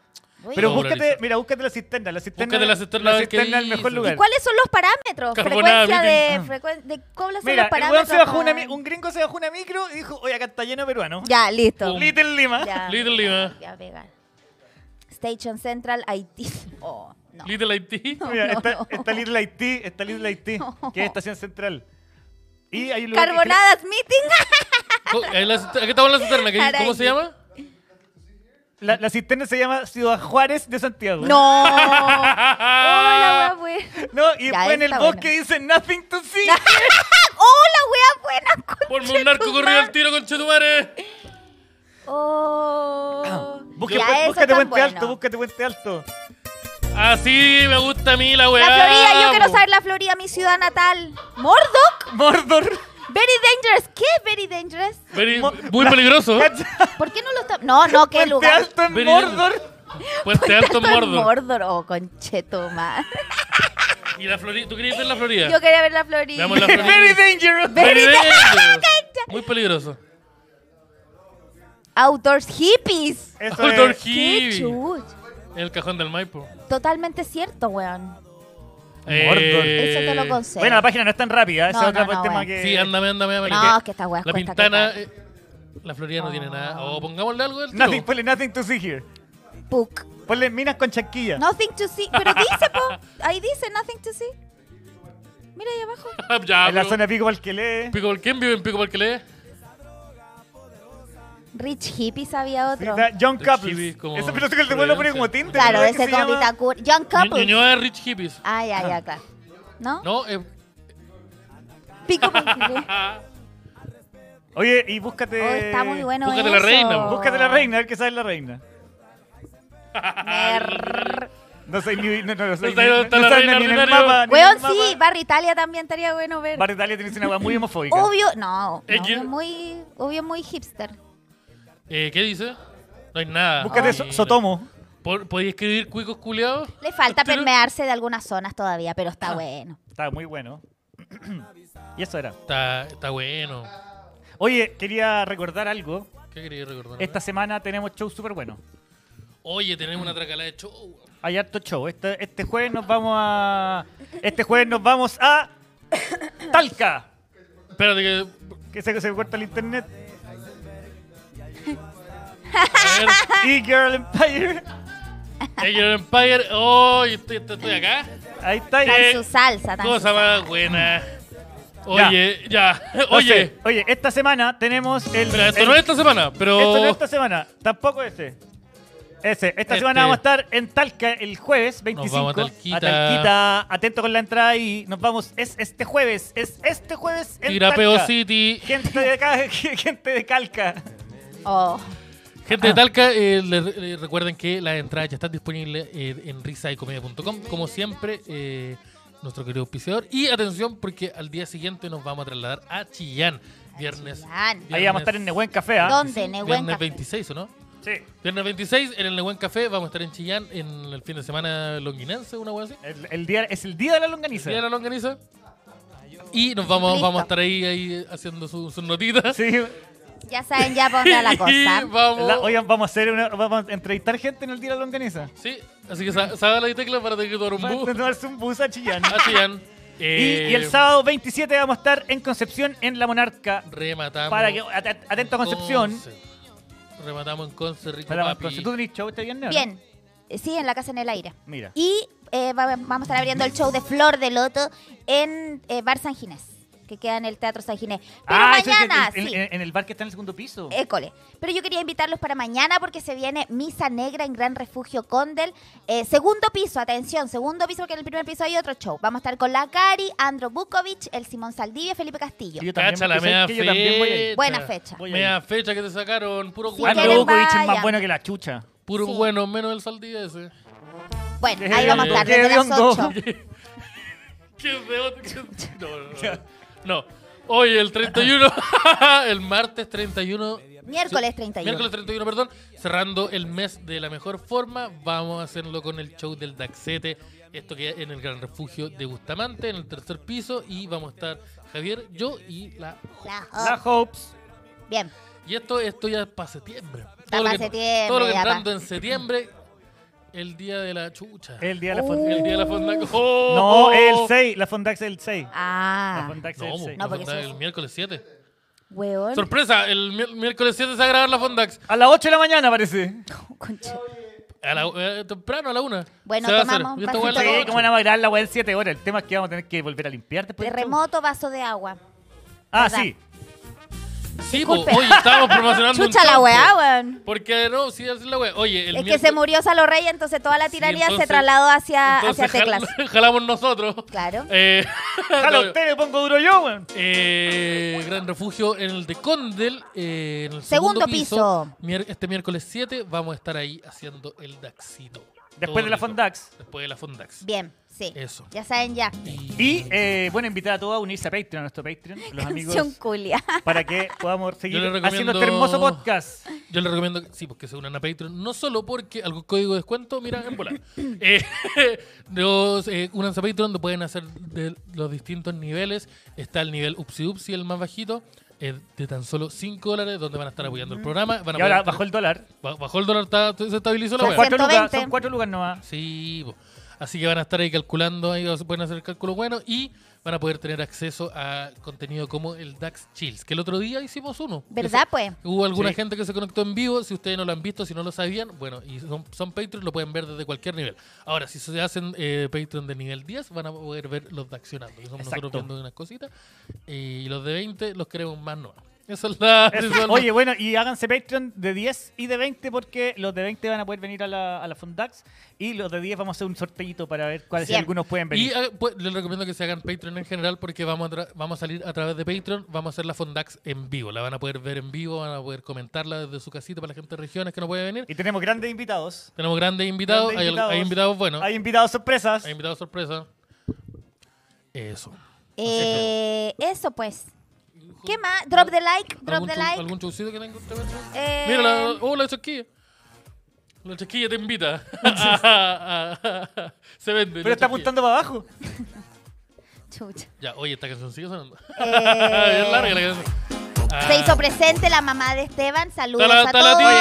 Oye,
Pero
No,
búscate,
polarizado.
mira, búscate la cisterna. La cisterna,
Búscate la cisterna, a ver qué
cisterna es el
dice.
mejor
¿Y
lugar.
¿Y cuáles son los parámetros?
Carbonada,
Frecuencia de,
meeting.
frecuen- de ¿Cuáles son
Ah. Mira,
los
el
parámetros?
weón se bajó una, mi-
para-
un gringo se bajó una micro y dijo, oye, acá está lleno de peruanos.
Ya, listo.
Pum.
Little Lima.
Ya,
Little
ya,
Lima.
Ya, vegan. Station Central, Haití. Oh, no.
Little Haití.
Mira,
no,
está,
no.
está Little Haití, está Little Haití, que es estación central. Y hay un lugar que
Carbonadas Meeting.
Co- Oh, ahí la cist- Aquí estaba la cisterna. que- ¿Cómo se
Arangui.
llama?
cree- la, la cisterna se llama Ciudad Juárez de Santiago.
No. Oh, Hola, wea buena.
No, y
Ya,
después en el
esa
bosque
buena.
dice Nothing to see.
Hola, wea buena.
Ponme un narco corrido al tiro con Chetumare.
Oh.
Búscate,
ya, eso
búscate
está
Puente
bueno.
Alto, búscate Puente Alto.
Así Ah, me gusta a mí la weá.
La Florida, yo quiero
po.
saber la Florida, mi ciudad natal. ¿Mordok?
Mordor.
Very dangerous. ¿Qué es very dangerous?
Very-
Mo-
muy
la-
peligroso.
Puente
¿Por qué no lo está.? No, no, qué lugar.
Alto en
Verídico.
Mordor.
Puente Alto en
Tanto en
Mordor.
Mordor. Oh, concheto, madre.
¿Y la Florida? ¿Tú querías ver la Florida?
Yo quería ver la Florida.
Veamos la Florida.
Very dangerous.
Very dangerous. Muy peligroso.
Outdoors hippies.
Eso
Outdoor
es.
Qué
Hill.
chuch.
El cajón del Maipo.
Totalmente cierto, weón.
Eh,
Eso te lo concedo.
Bueno, la página no es tan rápida, ese
No,
es otro
no, no,
tema
bueno.
que...
Sí, ándame, ándame, ándame.
No,
porque
es que esta weá
La
cuesta
pintana.
cagar.
eh, la Florida no tiene
Ah.
nada. O pongámosle algo del
Nothing,
tipo.
ponle Nothing to see here.
Puc.
Ponle minas con chanquilla.
Nothing to see. Pero dice, po. Ahí dice nothing to see. Mira ahí abajo.
Ah, ya,
en la
pero-
zona de Pico Valquelé.
Pico, ¿Quién vive en Pico Parquelé?
Rich hippies había
Sí,
otro.
está John
Rich
Couples.
Hippies como eh.
Ese pero que el de vuelo pone como
influencer.
Tinder.
Claro,
¿no?
ese
Que
con
se llama-
Vitacur. John
Ni-
Couples.
Ñuñoa es Rich Hippies.
Ah, ya, ya, claro. ¿No?
No, eh,
Pico Pico.
Oye, y búscate.
Oh, está muy bueno
Búscate la
eso.
reina, po.
Búscate la reina, a ver qué sabe la reina.
Mer-
No sé ni. No, no, no, sé,
No sabe dónde está la
sabe
reina
ni en el
ordinario.
mapa. ni en
Weón,
el
sí,
mapa.
Barrio Italia también estaría bueno ver.
Barrio Italia tiene una weá muy homofóbica.
Obvio, no, no,
Es que-
obvio muy, obvio muy hipster.
eh, ¿Qué dice? No hay nada.
Búscate
Ay,
So-
no.
Sotomo.
Por- ¿Podéis escribir cuicos culiados?
Le falta
Pero- Ah.
permearse de algunas zonas todavía, pero está bueno.
Estaba muy bueno. y eso era.
Está, está bueno.
Oye, quería recordar algo.
¿Qué queréis recordar?
Esta semana tenemos show súper bueno.
Oye, tenemos una tracalada de show.
Hay harto show. Este, este jueves nos vamos a. Este jueves nos vamos a. Talca.
Espérate que.
Que se, se corta el internet.
A ver,
E-Girl Empire.
Age of Empire. ¡Oh! yo Estoy, estoy- estoy acá.
Ahí está. ahí.
Eh,
Tan su salsa, tan su
Cosa
salsa.
más buena. Oye, ya.
Entonces,
Oye.
oye, esta semana tenemos el.
Pero esto
el-
no es esta semana, pero.
esto no es esta semana, tampoco ese. Ese. Esta
Este.
semana vamos a estar en Talca el jueves 25.
vamos a Talquita.
A Talquita. Atento con la entrada y nos vamos. Es este jueves. Es este jueves en
Tirapeo
Talca.
City.
Gente de, Cal- gente de Calca. Ah.
Oh,
Gente de Talca, eh, le- le recuerden que las entradas ya están disponibles eh, en risaycomedia.com. Como siempre, eh, nuestro querido auspiciador. Y atención, porque al día siguiente nos vamos a trasladar a Chillán. Viernes.
Chillán.
Ahí vamos a estar en Nehuen Café. ¿ah?
¿Dónde? Nehuen
Viernes
Café.
26, ¿o no?
Sí.
Viernes 26 en el Nehuen Café. Vamos a estar en Chillán en el fin de semana longuinense, una hueá así.
El, el día, es el día de la longaniza.
Día de la longaniza.
Ah,
Y nos vamos,
Listo.
vamos a estar ahí, ahí haciendo su- sus notitas.
Sí.
ya saben ya para dónde va la
Y
cosa.
vamos.
La- oigan, vamos a hacer una, vamos a entrevistar gente en el día de la longaniza.
Sí, así que sa- sábala y tecla para tener que tomar un
Vamos a
bus.
tomarse un bus a Chillán.
A Chillán.
Y,
Eh,
y el sábado 27 vamos a estar en Concepción, en La Monarca.
Rematamos.
Para que, at- atento a
en
Concepción.
Conce. Rematamos en Conce, rico
Para
papi.
Concepción. ¿Tú tenés show este viernes? o no?
Bien. Eh, Sí, en la casa en el aire.
Mira.
Y eh, va- vamos a estar abriendo el show de Flor de Loto en eh, Bar San Ginés, que queda en el Teatro San Ginés. Pero
Ah, eso es en-
mañana,
en,
sí.
en- en el bar que está en el segundo piso.
École. Pero yo quería invitarlos para mañana porque se viene Misa Negra en Gran Refugio Condel. Eh, segundo piso, atención, segundo piso porque en el primer piso hay otro show. Vamos a estar con la Cari, Andro Bukovic, el Simón Saldivia y Felipe Castillo.
Y yo también,
Cacha la
porque
media
sabes que yo también voy a ir. Ah,
fecha.
Buena fecha.
Voy a ir.
Media fecha que te sacaron. Puro
Sí,
bueno.
Andrew
quieren,
Bukovic es más
vayan.
bueno que la chucha.
Puro
Sí.
bueno, menos el saldía ese.
Bueno, ahí vamos a estar
Qué
desde las
hediondo.
8.
¿Qué es de otro? ¿Qué- No, no, no. No. Hoy el 31, el martes 31.
Miércoles 31.
Miércoles 31, perdón. Cerrando el mes de la mejor forma, vamos a hacerlo con el show del Daxete. Esto que en el Gran Refugio de Bustamante, en el tercer piso. Y vamos a estar Javier, yo y la.
La- oh,
La Hopes.
Bien.
Y esto, esto ya es para septiembre.
Está
lo
pa'
que-
septiembre,
Todo lo que
ya pa'.
entrando en septiembre, el día de la chucha. El,
El día de la
Uh.
Fondax.
día de la fonda. ¡Oh!
No, el 6. La Fondax es el 6. La
Ah,
Fondax es
No,
el
po,
6.
la
No, porque
Fondax
eso-
el miércoles 7.
weón.
Sorpresa, el mi- miércoles 7 se va a grabar la Fondax.
A las 8 de la mañana parece.
Concha.
A la, eh, temprano, a la una.
Bueno,
se va a
tomamos
hacer.
un
Y esta
vasito
weá
de
la
Sí,
ocho.
¿cómo van a bailar la weá en 7 horas? El tema es que vamos a tener que volver a limpiar después. del show.
Terremoto, vaso de agua.
Ah,
¿verdad?
sí.
Sí, po,
Disculpe.
oye, estábamos promocionando un
Chucha la
campo.
weá, weón.
Porque no, sí, es la weá. Oye, el
Es que
miércoles-
se murió Salo Rey, entonces toda la
Sí,
tiranía se
entonces-
trasladó hacia,
entonces
hacia teclas.
jal- jalamos nosotros.
Claro.
Eh,
Jala
no,
usted, me pongo duro yo, weón.
eh, gran refugio en el de Condel, eh, en el segundo,
Segundo
piso.
piso.
Mier- Este miércoles 7 vamos a estar ahí haciendo el Daxito. Todo
Después de la
rico.
Fondax.
Después de la Fondax.
Bien, sí.
Eso.
Ya saben ya.
Y eh, bueno, invitar a todos a unirse a Patreon, a nuestro Patreon, los
Canción
amigos,
culia.
para que podamos seguir
les recomiendo-
haciendo este hermoso podcast.
Yo les recomiendo, que- sí, pues, que se unan a Patreon, no solo porque algún código de descuento, mira, en volar. Eh, los, eh, únanse a Patreon, lo pueden hacer de los distintos niveles. Está el nivel Upsi Upsi, el más bajito, eh, de tan solo 5 dólares, donde van a estar apoyando el programa. Van a
Y ahora
poder-
bajó el dólar.
ba- bajó el dólar, está- se estabilizó la
Son
wea.
Cuatro lucas,
120.
son cuatro lucas nomás.
Sí, po. así que van a estar ahí calculando, ahí os- pueden hacer cálculos buenos y van a poder tener acceso a contenido como el DAX Chills, que el otro día hicimos uno.
¿Verdad,
Ese-
pues?
Hubo alguna
Sí.
gente que se conectó en vivo, si ustedes no lo han visto, si no lo sabían, bueno, y son, son Patreon, lo pueden ver desde cualquier nivel. Ahora, si se hacen eh, Patreon de nivel 10, van a poder ver los de accionando, que somos nosotros
Exacto.
viendo unas cositas, eh, y los de 20 los queremos más no. Esa es la...
Eso.
esa es la-
Oye, bueno, y háganse Patreon de 10 y de 20 porque los de 20 van a poder venir a la, a la Fundax y los de 10 vamos a hacer un sorteito para ver cuáles
Bien.
algunos pueden venir.
Y ah, pues, les recomiendo que se hagan Patreon en general porque vamos a, tra- vamos a salir a través de Patreon, vamos a hacer la Fondax en vivo, la van a poder ver en vivo, van a poder comentarla desde su casita para la gente de regiones que no puede venir.
Y, tenemos grandes invitados.
Tenemos grandes invitados,
Grandes
hay, al- hay invitados buenos, hay,
Hay invitados sorpresas.
invitados sorpresa. Eso.
Eh, eso pues. ¿Qué más? Drop the like, drop
¿Algún,
the
chu-
like.
algún chucito que tenga usted, Benja?
Eh,
Mira, la, oh, la chasquilla. La chasquilla te invita. se vende.
Pero
la
está
chasquilla.
apuntando para abajo.
Chucha.
Ya, oye, esta canción sigue sonando. Bien larga
Eh,
la canción. Ah.
se hizo presente la mamá de Esteban. Saludos
¡Tala,
a
tala,
todos.
tío! ¡Eh,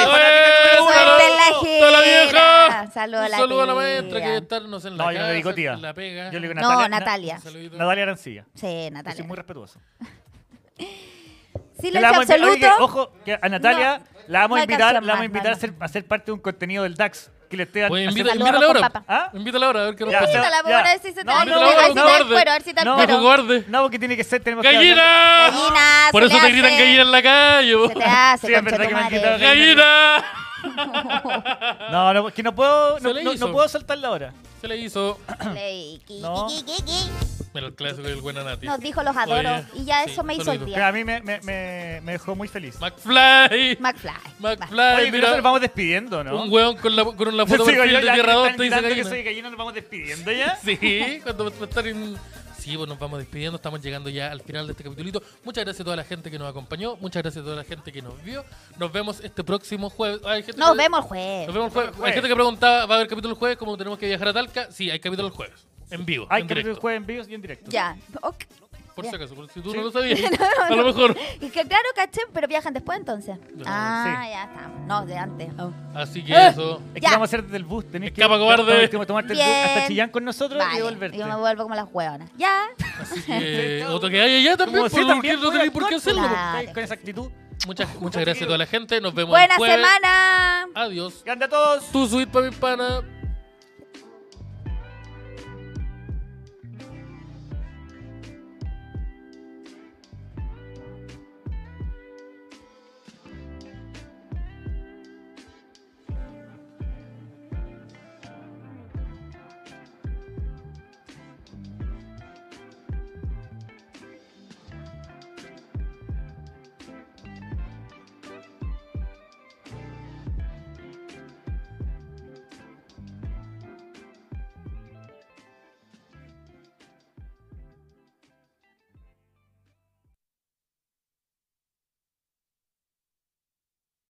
Suelta la
tala, tala, vieja!
gira. Saludo a
Un
la
saludo a la
tía.
maestra que debe estar, no sé, en la
No, yo
casa,
le digo tía.
en la pega.
Yo le digo
No,
Natalia. Na-
Un
Natalia.
saludito.
Natalia Arancilla.
Sí,
Yo soy
Natalia.
muy respetuoso. Que la
Silencio
vamos a invi-
absoluto.
oye, que- ojo, que a Natalia
No,
la vamos a
no
invitar,
alcanzó
la vamos a,
más,
invitar
no
a, ser, a ser parte de un contenido del DAX. que le esté dando.
Pues invita,
Saludos
invítala
con
ahora.
papa.
¿Ah?
Invítala ahora a ver qué nos
Ya,
pasa.
se-
Invítala, pues,
ya.
a ver si se
No,
trae-
invítala,
a ver si
no,
trae
guarde.
cuero, a ver si trae
No,
Viejo
cuero.
cobarde.
No, porque tiene que ser. Tenemos que
¡Gallina!
Gallina,
Por
Ah, se
eso
le
te gritan
hace.
gallina en la calle. po.
Se te hace,
Sí, es verdad que me han
conchetumare.
quitado
¡Gallina!
hablar- No, no, que no puedo,
Se
no,
le
no-
hizo.
no puedo saltarla ahora.
Se le hizo.
Play, qui,
No.
qui, qui, qui.
Mira, el clásico del buen Anati.
Nos dijo los adoro.
Oye,
y ya
sí,
eso me hizo
saludos.
el
Pero
día.
a mí me, me, me, me dejó muy feliz.
McFly.
McFly.
McFly,
Oye, pero
mira.
nosotros nos vamos despidiendo, ¿no?
Un weón con la, con la foto
Sí,
perfil
yo
de
ya que
Tierra 2
están
te dice
gritando que soy
gallina.
gallina, nos vamos despidiendo ya.
Sí, cuando va a estar en... Sí, pues nos vamos despidiendo, estamos llegando ya al final de este capitulito. Muchas gracias a toda la gente que nos acompañó, muchas gracias a toda la gente que nos vio. Nos vemos este próximo jueves. Ay, gente
Nos
que-
vemos el jueves.
Nos vemos el jueves.
Jueves.
Hay gente que preguntaba, ¿va a haber capítulo el jueves? ¿Cómo tenemos que viajar a Talca? Sí, hay capítulo el jueves. En vivo.
Hay
en
que
directo.
el jueves en vivo y en directo.
Ya. Ok.
Por si acaso, por si tú
Sí.
no lo sabías. A lo mejor.
Y que claro, caché, pero viajan después entonces. Ah,
sí.
ya estamos. No, de antes. Oh.
Así que
Eh.
eso.
Es
Ya.
que vamos a hacer desde el bus. Tenés que,
Escapa, cobarde.
tenés que tomarte el bus
Bien.
hasta Chillán con nosotros y
Vale,
volverte.
yo me vuelvo como las hueonas. Ya.
Así que. o te quedáis allá también,
Como
porque
sí, también
no tenéis por qué
actuar,
hacerlo.
Claro.
¿cachai? Con esa actitud.
Muchas, muchas gracias a toda la gente. Nos vemos el
Buena
jueves.
semana.
Adiós.
¡Grande a todos!
Tu suite para mi pana.